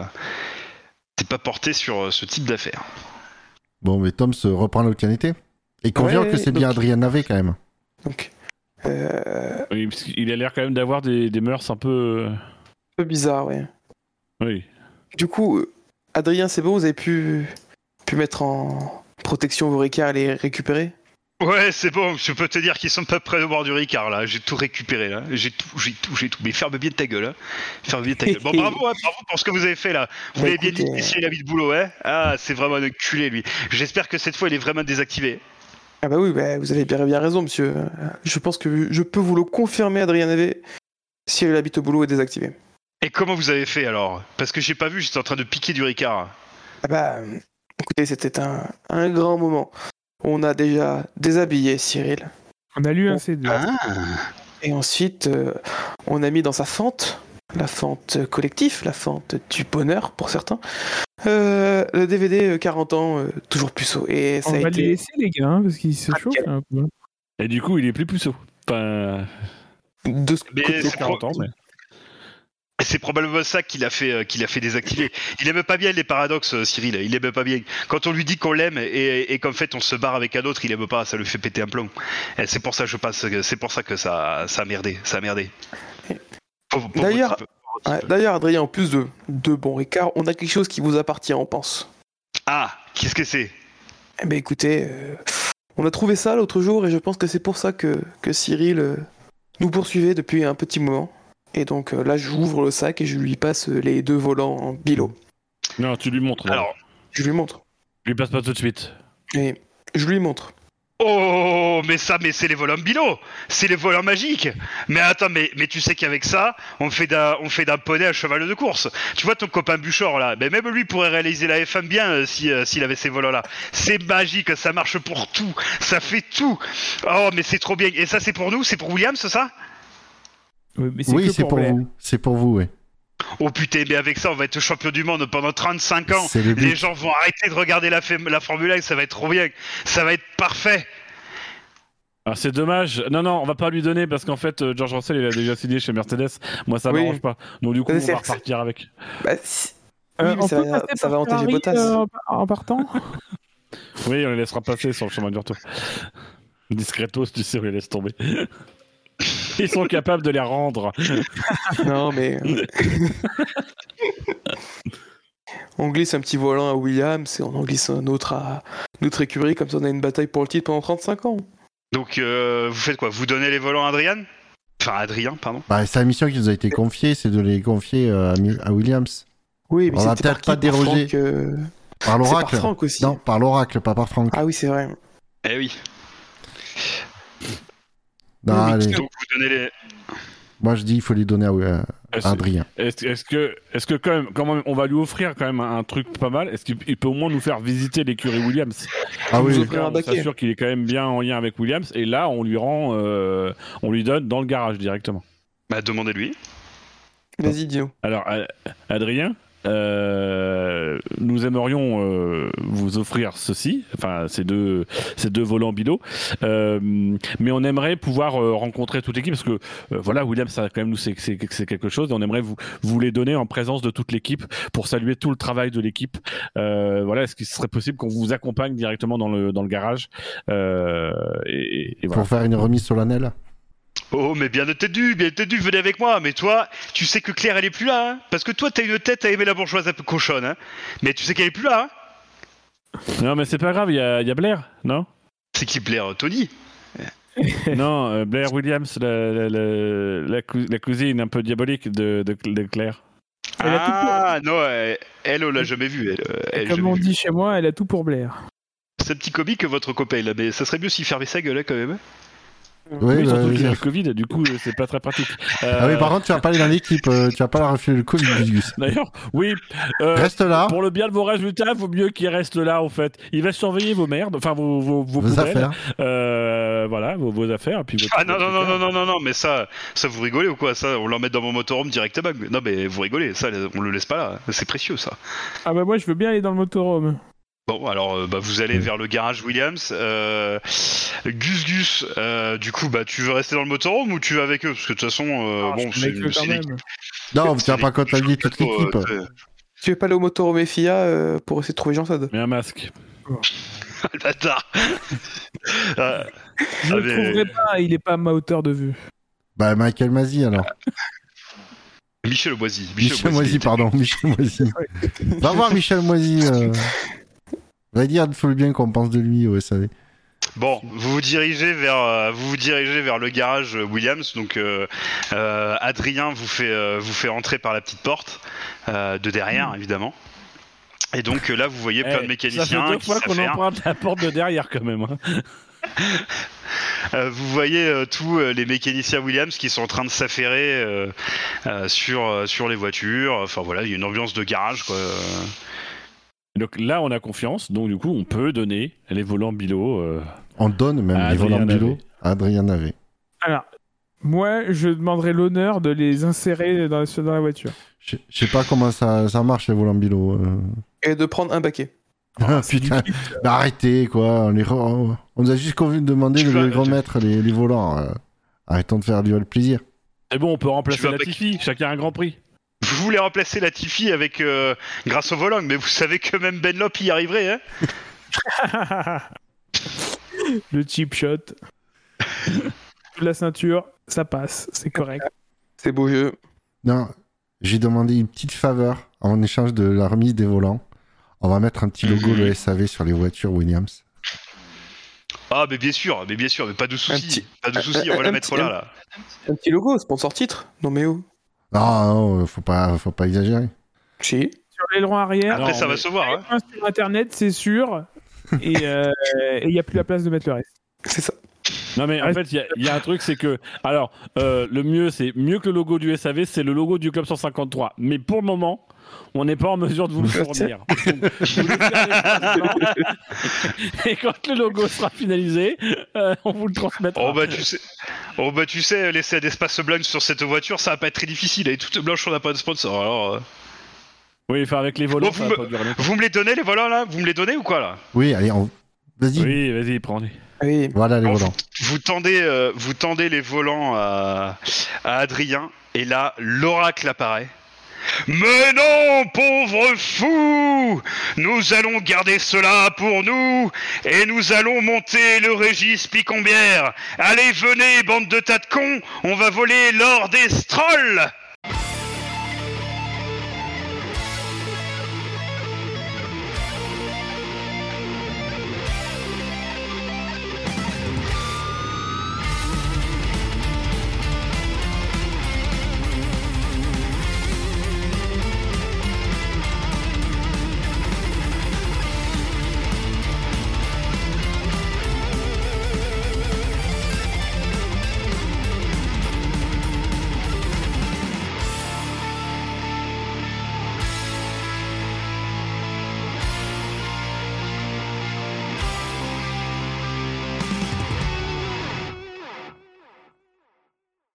n'était pas portée sur euh, ce type d'affaires.
Bon, mais Tom se reprend l'autorité. Et confirme
Ouais,
que c'est bien
donc-
Adrien Navet, quand même.
Donc, euh, un
Oui, parce qu'il a l'air quand même d'avoir des, des mœurs un peu... euh,
peu bizarre, ouais.
Oui.
Du coup, euh, Adrien, c'est bon, vous avez pu, pu mettre en protection vos Ricards et les récupérer
Ouais, c'est bon, je peux te dire qu'ils sont pas près au bord du Ricard, là. J'ai tout récupéré, là. J'ai tout, j'ai tout, j'ai tout. Mais ferme bien ta gueule, hein. Ferme bien ta gueule. Bon, bravo, hein, bravo pour ce que vous avez fait, là. Vous
Bah,
l'avez bien
écoute,
dit, ici, il a mis de boulot, hein. Ah, c'est vraiment un enculé, lui. J'espère que cette fois, il est vraiment désactivé.
Ah bah oui, bah, vous avez bien, bien raison, monsieur. Je pense que je peux vous le confirmer, Adrien avait si elle habite au boulot est désactivée.
Et comment vous avez fait alors Parce que j'ai pas vu, j'étais en train de piquer du Ricard.
Ah bah, euh, écoutez, c'était un, un grand moment. On a déjà déshabillé Cyril.
On a lu un CD.
hein, Et ensuite, euh, on a mis dans sa fente, la fente collective, la fente du bonheur pour certains, euh, le DVD euh, 40 ans, euh, toujours puceau. Et ça
On
a
va les
été.
laisser, les gars, hein, parce qu'ils se
Ah,
chauffent
quel-
un peu.
Et du coup, il est plus puceau. Enfin,
De ce
Mais
côté-
c'est pro-
40 ans, mais.
Et c'est probablement ça qu'il a fait, euh, qu'il a fait désactiver. Il aime pas bien les paradoxes, euh, Cyril. Il aime pas bien. Quand on lui dit qu'on l'aime et, et qu'en fait on se barre avec un autre, il aime pas. Ça lui fait péter un plomb. Et c'est pour ça, je passe. que- C'est pour ça que ça, ça a merdé. Ça a merdé. Pauvre- pauvre
D'ailleurs-
type, pauvre
Ouais,
type.
D'ailleurs, Adrien, en plus de, de bon Ricard, on a quelque chose qui vous appartient, on pense.
Ah, qu'est-ce que c'est
Eh ben écoutez, euh, on a trouvé ça l'autre jour et je pense que c'est pour ça que, que Cyril euh, nous poursuivait depuis un petit moment. Et donc euh, là, j'ouvre le sac et je lui passe euh, les deux volants en bilot.
Non, tu lui montres. non.
Alors,
Je lui montre.
lui passe pas tout de suite.
Et je lui montre.
oh, mais ça, mais c'est les volants bilot, c'est les volants magiques. Mais attends, mais, mais tu sais qu'avec ça, on fait d'un, on fait d'un poney un cheval de course. Tu vois ton copain Buchor là, ben même lui pourrait réaliser la F1 bien euh, si, euh, s'il avait ces volants là. C'est magique, ça marche pour tout, ça fait tout. Oh, mais c'est trop bien. Et ça, c'est pour nous, c'est pour Williams, c'est ça
Oui, mais c'est
Oui,
que
c'est
pour,
pour
Blair.
vous. C'est pour vous, oui.
Oh putain, mais avec ça, on va être champion du monde pendant 35 ans.
C'est le
Les
but.
gens vont arrêter de regarder la, fem- la Formule 1, ça va être trop bien, ça va être parfait.
Alors, Ah, c'est dommage. Non, non, on va pas lui donner parce qu'en fait, euh, George Russell, il a déjà signé chez Mercedes. Moi, ça
Oui.
m'arrange pas. Donc, du coup,
Mais
on
c'est-
va repartir avec.
Bah, si-
Euh,
Oui, mais
on
ça
peut
va-
passer
ça
par
va entacher
Ferrari,
Bottas.
euh, en- en partant
Oui, on les laissera passer sur le chemin du retour. Discretos, tu sais, on les laisse tomber. Ils sont capables de les rendre.
Non, mais. euh, on glisse un petit volant à Williams et on en glisse un autre à notre écurie, comme ça on a une bataille pour le titre pendant 35 ans.
Donc, euh, vous faites quoi Vous donnez les volants à Adrien Enfin, à Adrien, pardon.
Bah, c'est la mission qui nous a été confiée, c'est de les confier euh, à Mi- à Williams.
Oui, mais
On va
c'était
peut-être
par qui
pas
Par
déroger.
Franck, euh,
Par
C'est par
l'oracle.
Franck aussi.
Non, par l'oracle, pas par Franck.
Ah oui, c'est vrai.
Eh oui.
Non,
oui,
Bah, allez.
Donc, vous donnez les.
Moi, je dis, il faut les donner à, à- à
Est-ce
Adrien.
est-ce- est-ce que, est-ce que quand même, quand même, on va lui offrir quand même un, un truc pas mal Est-ce qu'il il peut au moins nous faire visiter l'écurie Williams
Ah oui,
nous
Comme
offrir
ça,
un
on
baquet.
s'assure qu'il est quand même bien en lien avec Williams. Et là, on lui rend, euh, on lui donne dans le garage directement.
Bah, demandez-lui.
Vas-y, dis-nous.
Alors, Ad- Adrien, euh, nous aimerions euh, vous offrir ceci, enfin ces deux, ces deux volants bilots, euh, mais on aimerait pouvoir euh, rencontrer toute l'équipe parce que euh, voilà, Williams, ça quand même nous c'est c'est- c'est quelque chose et on aimerait vous, vous les donner en présence de toute l'équipe pour saluer tout le travail de l'équipe. Euh, voilà, est-ce qu'il serait possible qu'on vous accompagne directement dans le, dans le garage euh, et, et voilà.
pour faire une remise solennelle.
Oh, mais bien de tête du, bien de tête du, venez avec moi. Mais toi, tu sais que Claire, elle est plus là. Hein Parce que toi, t'as une tête à aimer la bourgeoise un peu cochonne. Hein mais tu sais qu'elle est plus là. Hein
Non, mais c'est pas grave, il y a, il y a Blair, non
c'est qui plaire, Tony
Non, euh, Blair Williams, la, la- la- la cou- la cousine un peu diabolique de, de, de Claire.
Elle a tout
Ah, non, elle, elle, on l'a jamais vue. Elle, euh, elle,
Comme
jamais
on
vue.
dit chez moi, elle a tout pour Blair.
C'est un petit comique, votre copain, là. Mais ça serait mieux s'il fermait sa gueule, hein, quand même.
Oui,
oui,
bah,
surtout
oui.
qu'il y a le Covid, du coup, euh, c'est pas très pratique.
Ah oui,
Euh,
par contre, tu vas pas aller dans l'équipe, euh, tu vas pas leur refiler le Covid, Gus.
D'ailleurs, oui, euh,
Reste là,
pour le bien de vos résultats, vaut mieux qu'il reste là, en fait. Il va surveiller vos merdes, enfin vos, vos, vos
vos
poubelles,
affaires.
euh, voilà, vos, vos affaires. et Puis votre-
Ah non, non,
votre
non,
affaire.
non, non, non, non, mais ça, ça vous rigolez ou quoi Ça, on l'emmène dans mon motorhome directement. Non, mais vous rigolez, ça, on le laisse pas là. hein. C'est précieux, ça.
Ah bah moi, je veux bien aller dans le motorhome.
Bon, alors, euh, bah, vous allez vers le garage Williams. Euh, Gus Gus, euh, du coup, bah, tu veux rester dans le motorhome ou tu vas avec eux Parce que de toute façon, euh,
Ah,
bon,
je
c'est
mets que
c'est
quand
des-
même.
Non,
c'est
tu vas
des-
pas contaminer toute
euh,
l'équipe.
euh,
Tu veux pas aller au motorhome FIA euh, pour essayer de trouver Jean Sade
Mais un masque.
le bâtard. Ah,
Je
Ah,
le
mais-
trouverai pas, il est pas à ma hauteur de vue.
Bah, Michael Mazi, alors.
Michel Oisy.
Michel Moisy, pardon. Michel Moisy. Va voir Michel Moisy. euh. Va dire, il faut bien qu'on pense de lui, vous savez.
Bon, vous vous dirigez vers, euh, vous vous dirigez vers le garage euh, Williams. Donc, euh, euh, Adrien vous fait, euh, vous fait entrer par la petite porte euh, de derrière,
Mm.
évidemment. Et donc euh, là, vous voyez plein de
Eh, ça fait
mécaniciens
deux
qui
fois qu'on
s'affairent.
emprunte la porte de derrière, quand même. hein.
Euh, vous voyez euh, tous euh, les mécaniciens Williams qui sont en train de s'affairer euh, euh, sur, euh, sur les voitures. Enfin voilà, il y a une ambiance de garage quoi. Euh,
Donc là, on a confiance, donc du coup, on peut donner les volants Bilo. euh,
On donne même
À
les
Adrien
volants
Navet.
Bilo à Adrien Navet.
Alors, moi, je demanderai l'honneur de les insérer dans, sur- dans la voiture.
Je je sais pas comment ça, ça marche les volants Bilo. euh.
Et de prendre un baquet.
Ah, putain, bah, arrêtez quoi. On, les re- on nous a juste convenu de demander
Tu
de
vas-
les remettre les, les volants. euh. Arrêtons de faire du le plaisir.
C'est bon, on peut
Tu
remplacer
vas
la
pas-
Tifi, chacun un grand prix.
Vous voulez remplacer la Tifi avec euh, grâce au volant, mais vous savez que même Benlop y arriverait. Hein
Le cheap shot. Sous la ceinture, ça passe, c'est correct.
C'est beau jeu.
Non, j'ai demandé une petite faveur en échange de la remise des volants. On va mettre un petit logo
Mhm.
le SAV sur les voitures Williams.
ah mais bien sûr, mais bien sûr, mais pas de
Un
souci,
petit-
pas de
un-
souci,
un-
on va la
un
mettre
petit-
là là.
Un petit logo, sponsor titre. Non mais oh.
Non, Ah, non, faut pas, faut pas exagérer.
Si.
Sur l'aileron arrière,
Après
non,
ça va
mais-
se voir. Hein.
un sur Internet, c'est sûr. Et il n'y a plus la place de mettre le reste.
C'est ça.
Non, mais en
Ouais.
fait, il y a- il y, a un truc, c'est que. Alors, euh, le mieux, c'est mieux que le logo du SAV, c'est le logo du Club 153. Mais pour le moment, on n'est pas en mesure de vous le fournir. Donc, je vous le dis, Et quand le logo sera finalisé, euh, on vous le
Ah,
transmettra.
Oh bah tu sais, oh bah tu sais, laisser un espace blanche sur cette voiture, ça va pas être très difficile. Elle est toute blanche, on n'a pas de sponsor. Alors, euh,
Oui, enfin, avec les volants,
Bon, vous
ça va
me-
pas durer longtemps.
vous me les donnez les volants là Vous me les donnez ou quoi là
Oui, allez, on... vas-y.
Oui, vas-y, prends-les.
Oui.
Voilà les
Alors,
volants.
Vous tendez, euh, vous tendez les volants à, à Adrien, et là, l'oracle apparaît. Mais non, pauvre fou Nous allons garder cela pour nous, et nous allons monter le Régis Picombière. Allez, venez, bande de tas de cons, on va voler l'or des strolls